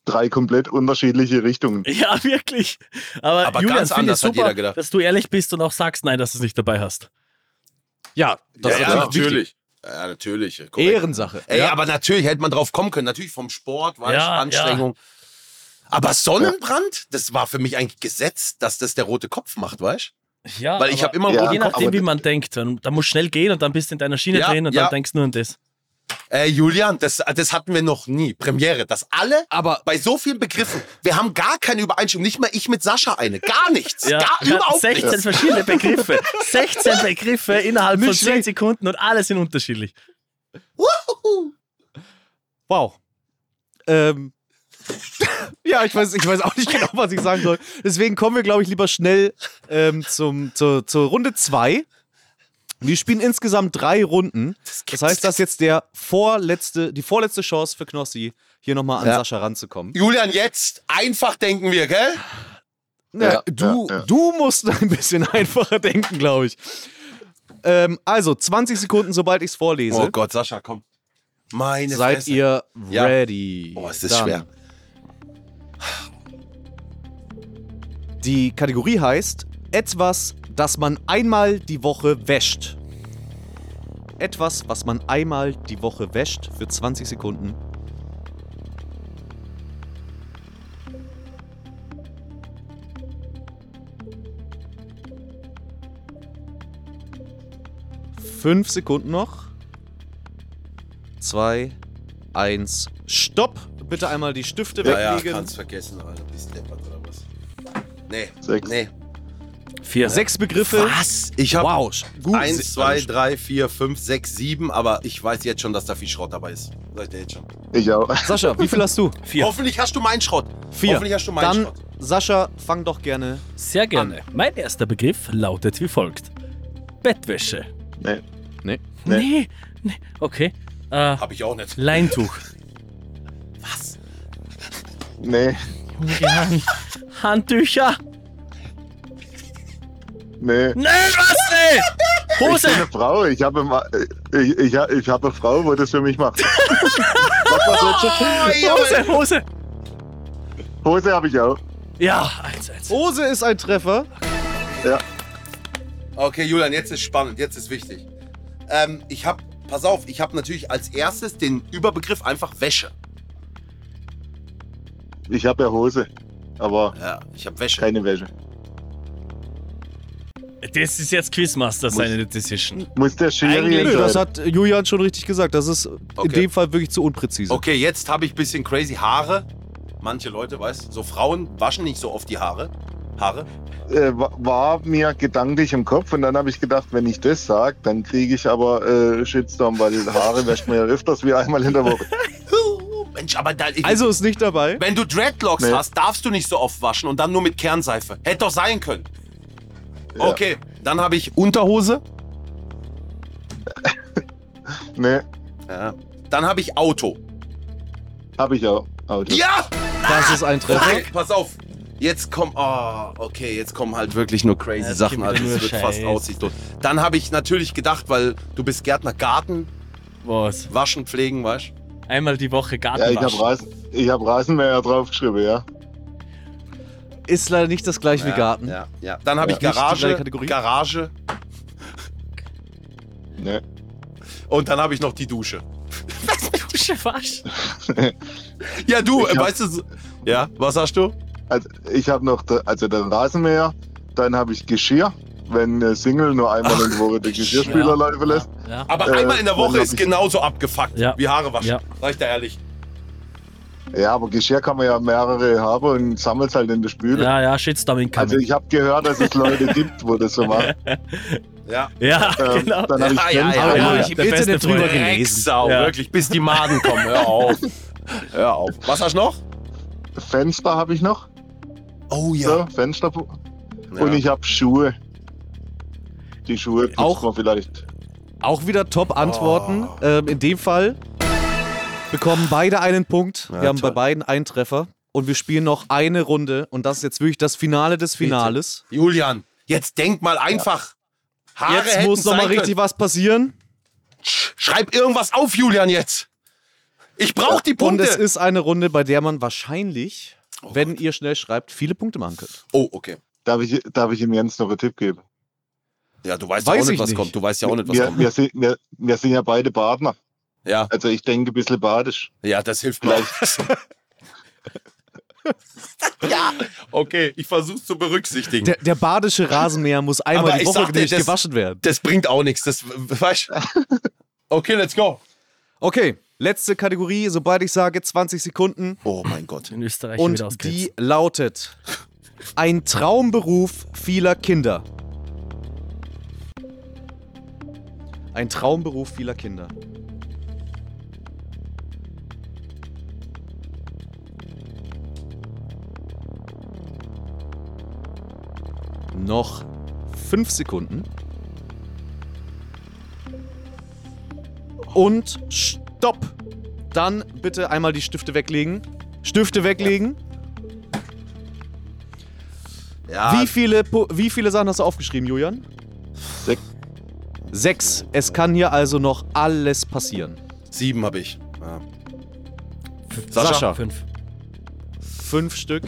K: drei komplett unterschiedliche Richtungen.
B: Ja, wirklich. Aber,
C: Aber
B: Julian,
C: ganz
B: finde
C: anders
B: ich
C: hat
B: super,
C: jeder gedacht.
B: dass du ehrlich bist und auch sagst, nein, dass du es nicht dabei hast.
D: Ja, das
C: ja,
D: ist
C: ja,
D: auch wichtig.
C: natürlich. Ja, natürlich. Korrekt.
D: Ehrensache.
C: Ey,
D: ja.
C: aber natürlich hätte man drauf kommen können. Natürlich vom Sport, weißt,
B: Ja,
C: Anstrengung. Aber Sonnenbrand, das war für mich eigentlich gesetzt, dass das der rote Kopf macht, weißt
B: Ja,
C: Weil ich
B: aber
C: hab immer
K: Ja,
B: Je
K: aber-
B: nachdem, wie man denkt. Dann- Da muss schnell gehen und dann bist du in deiner Schiene
C: Ja,
B: drin und
C: ja.
B: dann denkst du nur an das.
C: Äh, Julian, das, das hatten wir noch nie. Premiere, dass alle
D: aber
C: bei so vielen Begriffen, wir haben gar keine Übereinstimmung, nicht mal ich mit Sascha eine. Gar nichts.
B: Ja,
C: gar,
B: wir hatten
C: überhaupt
B: 16
C: nichts.
B: verschiedene Begriffe. 16 Begriffe innerhalb von 10 Sekunden und alle sind unterschiedlich.
D: Wow. Ähm. ja, ich weiß, ich weiß auch nicht genau, was ich sagen soll. Deswegen kommen wir, glaube ich, lieber schnell ähm, zum, zur, zur Runde 2. Wir spielen insgesamt drei Runden. Das heißt, das ist jetzt der vorletzte, die vorletzte Chance für Knossi, hier nochmal an
C: Ja.
D: Sascha ranzukommen.
C: Julian, jetzt einfach denken wir, gell?
D: Na,
C: Ja,
D: du,
C: ja, ja.
D: du musst ein bisschen einfacher denken, glaube ich. Ähm, also, 20 Sekunden, sobald ich es vorlese.
C: Oh Gott, Sascha, komm. Meine
D: Seid
C: Fresse.
D: ihr
C: Ja.
D: ready?
C: Oh, es ist schwer.
D: Die Kategorie heißt etwas, das man einmal die Woche wäscht. Etwas, was man einmal die Woche wäscht für 20 Sekunden. Fünf Sekunden noch. Zwei, eins, stopp. Bitte einmal die Stifte
C: Ja, ja,
D: weglegen.
C: kannst vergessen, Alter. Bist deppert oder was? Nee,
K: Sechs.
C: nee.
B: Vier.
D: Sechs Begriffe.
C: Was? Ich hab
D: Wow, also- gut.
C: eins, zwei, drei, vier, fünf, sechs, sieben, aber ich weiß jetzt schon, dass da viel Schrott dabei ist. Sag ich dir jetzt schon.
K: Ich auch.
D: Sascha, wie viel hast du?
B: Vier.
C: Hoffentlich hast du meinen Schrott.
D: Vier.
C: Hoffentlich hast du meinen
D: Dann,
C: Schrott.
D: Sascha, fang doch gerne.
B: Sehr gerne. Mein erster Begriff lautet wie folgt: Bettwäsche.
K: Nee.
D: Nee.
K: Nee.
B: Nee, nee. Okay. Äh,
C: Hab ich auch nicht.
B: Leintuch.
K: Nee.
B: Hand- Handtücher.
K: Nee.
B: Nee, was? Nee.
K: Ich bin
B: Hose.
K: eine Frau. Ich habe ma- ich, ich, ha- ich habe eine Frau, wo das für mich macht. Mach mal so ein Schiff.
B: Hose, Hose.
K: Hose habe ich auch.
B: Ja, eins, eins.
D: Hose ist ein Treffer.
K: Ja.
C: Okay, Julian, jetzt ist spannend, jetzt ist wichtig. Ähm, ich hab, pass auf, ich hab natürlich als erstes den Überbegriff einfach Wäsche.
K: Ich habe ja Hose, aber
C: Ja, ich hab Wäsche.
K: keine Wäsche.
B: Das ist jetzt Quizmaster seine Decision.
K: Muss der Schiri
D: Nö, das
K: entscheiden.
D: hat Julian schon richtig gesagt. Das ist
C: Okay.
D: in dem Fall wirklich zu unpräzise.
C: Okay, jetzt habe ich bisschen crazy Haare. Manche Leute, weißt du, so Frauen waschen nicht so oft die Haare. Haare?
K: Äh, wa- war mir gedanklich im Kopf und dann habe ich gedacht, wenn ich das sage, dann kriege ich aber äh, Shitstorm, weil Haare wäscht man ja öfters wie einmal in der Woche.
C: Huh, Oh, Mensch, aber da, ich,
D: Also ist nicht dabei.
C: wenn du Dreadlocks
K: Nee.
C: hast, darfst du nicht so oft waschen und dann nur mit Kernseife. Hätte doch sein können.
K: Ja.
C: Okay, dann habe ich Unterhose.
K: Nee,
C: Ja. Dann habe ich Auto.
K: habe ich auch. Auto.
C: Ja!
D: Das ist ein Treffer.
C: Okay, pass auf. Jetzt kommen, oh, okay, jetzt kommen halt wirklich nur crazy
B: Ja,
C: Sachen.
B: geht
C: Also
B: wieder
C: es
B: nur
C: wird fast
B: Scheiß.
C: aussichtslos. Dann habe ich natürlich gedacht, weil du bist Gärtner, Garten,
B: Was?
C: waschen, pflegen, weißt du?
B: Einmal die Woche
K: Ja, ich
B: Gartenwaschen.
K: habe Rasen, ich hab Rasenmäher draufgeschrieben, ja.
D: Ist leider nicht das gleiche wie Garten.
C: Ja, ja. Dann habe
K: Ja.
C: ich
D: Nicht die gleiche
C: Garage,
D: Kategorie?
C: Garage
K: Nee.
C: und dann habe ich noch die Dusche.
B: Dusche waschen.
C: Ja, du,
K: Ich
C: äh,
K: hab-
C: weißt du, so- ja, was hast du?
K: Also ich habe noch de, also den Rasenmäher, dann habe ich Geschirr, wenn äh, Single nur einmal in der Woche den Geschirrspüler
B: Ja.
K: laufen lässt.
B: Ja.
C: Aber
K: Äh,
C: einmal in der Woche
K: dann hab
C: ist
K: ich-
C: genauso abgefuckt
B: Ja.
C: wie Haare waschen.
B: Ja.
C: Sag ich da ehrlich.
K: Ja, aber Geschirr kann man ja mehrere haben und sammelt halt in der Spüle.
B: ja, ja, Shitstorm in
K: Also ich habe gehört, dass es Leute gibt, wo das so machen.
C: Ja.
B: Ja,
K: Ähm,
B: genau.
K: Dann habe ich Grenzen.
B: ja, ja.
D: ich
B: Der beste Freund.
C: Drecksau,
B: Ja.
C: wirklich, bis die Maden kommen. Hör auf. Hör auf. Was hast du noch?
K: Fenster habe ich noch.
C: Oh
K: So, Fenster. Und ich habe Schuhe. Die Schuhe putzt
D: Auch-
K: man vielleicht.
D: Auch wieder Top-Antworten.
C: Oh.
D: Ähm, in dem Fall bekommen beide einen Punkt. wir haben bei beiden einen Treffer. Und wir spielen noch eine Runde. Und das ist jetzt wirklich das Finale des Finales.
C: Julian, jetzt denk mal einfach. Haare
D: Jetzt
C: hätten
D: muss
C: sein
D: nochmal richtig
C: können.
D: was passieren.
C: Schreib irgendwas auf, Julian, jetzt. Ich brauch die
D: Und
C: Punkte.
D: es ist eine Runde, bei der man wahrscheinlich, wenn ihr schnell schreibt, viele Punkte machen könnt.
C: oh, okay.
K: Darf ich, darf ich ihm Jens noch einen Tipp geben?
C: Ja, du weißt ja
D: Weiß
C: auch nicht,
D: ich
C: was
D: nicht.
C: kommt. Du weißt ja auch nicht, was
K: wir,
C: kommt.
K: wir, sind, wir, wir sind ja beide Badner.
C: Ja,
K: Also ich denke ein bisschen badisch.
C: ja, das hilft mir. ja, okay, ich versuch's zu berücksichtigen.
D: Der, der badische Rasenmäher muss einmal
C: Aber
D: die
C: ich
D: Woche
C: sag dir,
D: nicht
C: das-
D: gewaschen werden.
C: das bringt auch nichts. Das weißt du. Okay, let's go.
D: Okay, letzte Kategorie, sobald ich sage 20 Sekunden.
C: Oh mein Gott.
B: In Österreich
D: Und
B: wieder ausgrenzt.
D: die lautet: Ein Traumberuf vieler Kinder. Ein Traumberuf vieler Kinder. Noch fünf Sekunden. Und stopp! Dann bitte einmal die Stifte weglegen. Stifte weglegen. Wie, viele, Pu- wie viele Sachen hast du aufgeschrieben, Julian? Sechs. Sechs. Es kann hier also noch alles passieren.
C: Sieben habe ich. Ja.
D: Sascha.
B: Fünf.
D: Fünf Stück.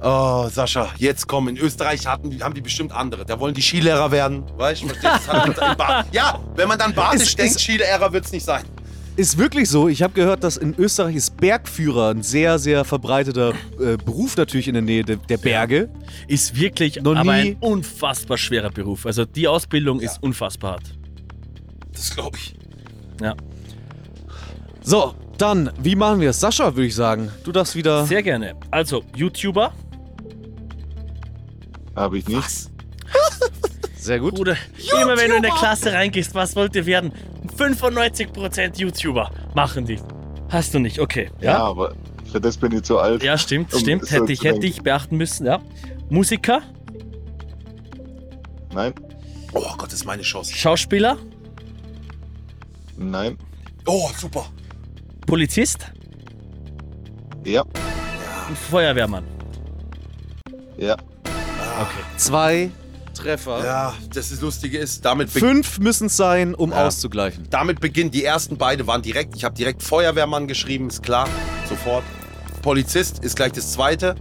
C: Oh, Sascha, jetzt komm. In Österreich hatten, die- haben die bestimmt andere. Da wollen die Skilehrer werden. Weißt du, verstehst du? Das hat man in Ba- Ja, wenn man dann basisch
D: Ist-
C: denkt,
D: ist-
C: Skilehrer wird es nicht sein.
D: Ist wirklich so. Ich habe gehört, dass in Österreich ist Bergführer ein sehr, sehr verbreiteter äh, Beruf natürlich in der Nähe de der Berge.
B: Ist wirklich
D: noch
B: Aber
D: nie.
B: ein unfassbar schwerer Beruf. Also die Ausbildung ist unfassbar hart.
C: Das glaube ich.
B: Ja.
D: So, dann, wie machen wir es? Sascha, würde ich sagen. Du darfst wieder.
B: Sehr gerne. Also, YouTuber.
K: Habe ich nicht.
D: Sehr gut.
B: Bruder, immer wenn du in der Klasse reingehst, was wollt ihr werden? 95% YouTuber machen die. Hast du nicht, okay.
K: Ja,
B: Ja,
K: aber für das bin ich zu alt.
B: ja stimmt,
K: um
B: stimmt.
K: so
B: Hätte
K: zu
B: ich, hätte
K: denken.
B: ich beachten müssen, ja. Musiker,
K: Nein,
C: Oh Gott, das ist meine Chance.
B: Schauspieler,
K: nein,
C: Oh, super.
B: Polizist,
K: ja,
B: Feuerwehrmann.
K: ja.
D: Zwei Treffer.
C: Ja, das ist Lustige ist, damit, be
D: Fünf müssen es sein, um auszugleichen.
C: damit beginnt. Die ersten beiden waren direkt. Ich habe direkt Feuerwehrmann geschrieben, ist klar. Sofort. Polizist ist gleich das zweite.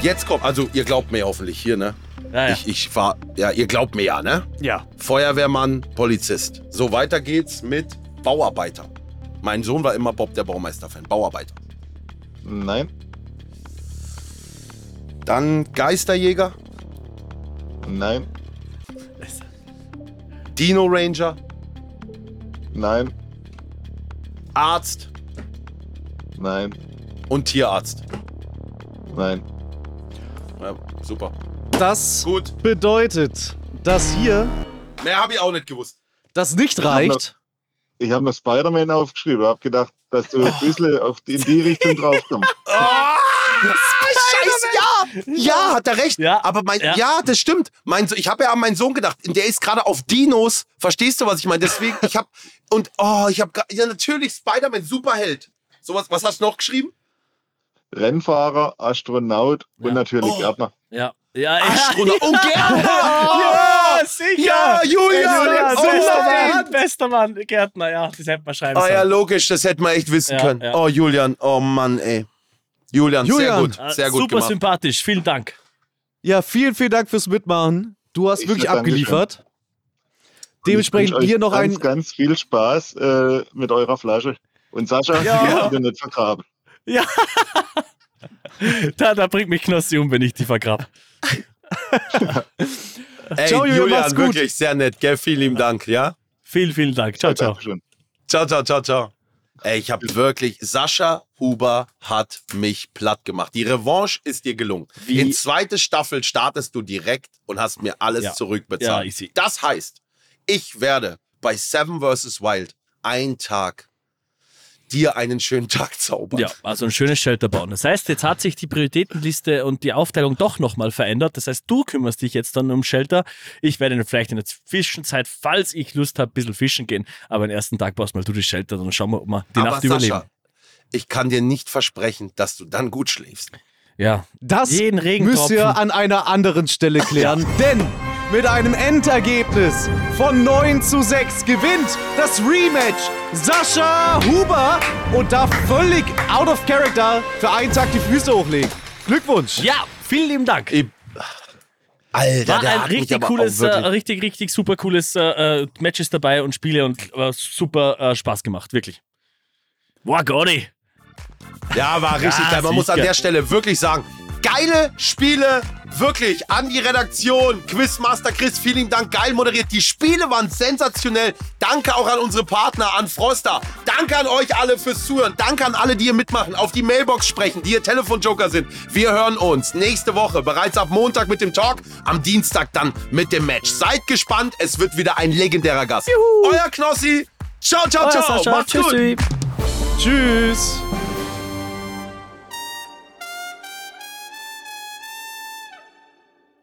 C: Jetzt kommt, also ihr glaubt mir hoffentlich hier, ne?
B: Ah, Ja, ja.
C: Ich, ich war, ja, ihr glaubt mir ja, ne?
D: Ja.
C: Feuerwehrmann, Polizist. So weiter geht's mit Bauarbeiter. Mein Sohn war immer Bob der Baumeister-Fan, Bauarbeiter.
K: Nein,
C: Dann Geisterjäger,
K: nein,
C: Dino Ranger,
K: nein,
C: Arzt
K: nein,
C: und Tierarzt.
K: nein.
C: Ja, super.
D: Das
C: Gut.
D: bedeutet, dass hier
C: Mehr habe ich auch nicht gewusst.
D: das nicht reicht.
K: Ich habe mir Spider-Man aufgeschrieben, habe gedacht, dass du
C: Oh.
K: ein bisschen auf die, in die Richtung draufkommst.
C: Ah, Scheiße, ja! Ja, hat er recht.
B: Ja,
C: aber mein, ja.
B: ja.
C: das stimmt. Mein, So- ich habe ja an meinen Sohn gedacht. Der ist gerade auf Dinos. Verstehst du, was ich meine? Deswegen, ich habe und oh, ich habe ja natürlich Spider-Man Superheld. Sowas, was hast du noch geschrieben?
K: Rennfahrer, Astronaut und
D: Oh,
K: natürlich Gärtner.
B: Ja, ja,
C: Astronaut. Oh, Gärtner.
B: ja, sicher!
C: Ah, Ja, Julian!
B: Julia,
C: Oh,
B: bester
C: nein.
B: Mann, bester Mann, Gärtner, ja, das hätte man schreiben
C: Ah ja,
B: sollen.
C: logisch, das hätten wir echt wissen
B: Ja,
C: können.
B: ja.
C: Oh, Julian, oh Mann, ey. Julian,
D: Julian.
C: sehr gut, sehr
B: Ah,
C: gut
B: Super
C: gemacht.
B: sympathisch, vielen Dank.
D: Ja, vielen, vielen Dank fürs Mitmachen. Du hast
K: Ich
D: wirklich
K: würd sagen,
D: abgeliefert. Dementsprechend
K: Ich wünsch euch
D: dir noch
K: ganz,
D: ein.
K: ganz viel Spaß äh, mit eurer Flasche. Und Sascha,
B: Ja.
K: wir haben den nicht vergraben.
B: Da, da bringt mich Knossi um, wenn ich die vergrab.
C: Ey,
D: Ciao, Julian, mach's
C: Julian,
D: gut.
C: wirklich sehr nett, gell? Vielen lieben Dank, ja?
B: Vielen, vielen Dank. Ciao, ciao.
K: Dankeschön.
C: Ciao, ciao, ciao, ciao. Ey, ich hab wirklich, Sascha Huber hat mich platt gemacht. Die Revanche ist dir gelungen.
B: Wie-
C: In zweite Staffel startest du direkt und hast mir alles
B: Ja. Ja,
C: zurückbezahlt.
B: easy.
C: das heißt, ich werde bei Seven vs. Wild einen Tag dir einen schönen Tag zaubern.
B: Ja, also ein schönes Shelter bauen. Das heißt, jetzt hat sich die Prioritätenliste und die Aufteilung doch nochmal verändert. Das heißt, du kümmerst dich jetzt dann um Shelter. Ich werde dann vielleicht in der Zwischenzeit, falls ich Lust habe, ein bisschen fischen gehen. Aber den ersten Tag baust mal du das Shelter, dann schauen wir, ob wir die
C: Aber
B: Nacht
C: Sascha,
B: überleben.
C: ich kann dir nicht versprechen, dass du dann gut schläfst.
B: Ja.
D: Das
B: Jeden Regentropfen.
D: müsst ihr an einer anderen Stelle klären, denn mit einem Endergebnis von 9 zu 6 gewinnt das Rematch Sascha Huber und darf völlig out of character für einen Tag die Füße hochlegen. Glückwunsch!
B: Ja, vielen lieben Dank.
C: Alter,
B: War
C: der
B: ein
C: hat mich
B: richtig
C: aber auch
B: cooles, äh,
C: wirklich-
B: richtig, richtig super cooles äh, äh, Matches dabei und Spiele und äh, super äh, Spaß gemacht, wirklich. Boah, Gotti.
C: Ja, war richtig
B: Ja,
C: geil. Man muss an
B: sicher.
C: der Stelle wirklich sagen, geile Spiele, Wirklich, an die Redaktion. Quizmaster Chris, vielen Dank. Geil moderiert. Die Spiele waren sensationell. Danke auch an unsere Partner, an Froster. Danke an euch alle fürs Zuhören. Danke an alle, die hier mitmachen, auf die Mailbox sprechen, die hier Telefonjoker sind. Wir hören uns nächste Woche, bereits ab Montag mit dem Talk, am Dienstag dann mit dem Match. Seid gespannt, es wird wieder ein legendärer Gast. Euer Knossi. Ciao, ciao,
B: Euer
C: ciao.
B: Sascha.
C: Macht's gut.
B: Tschüssi.
D: Tschüss.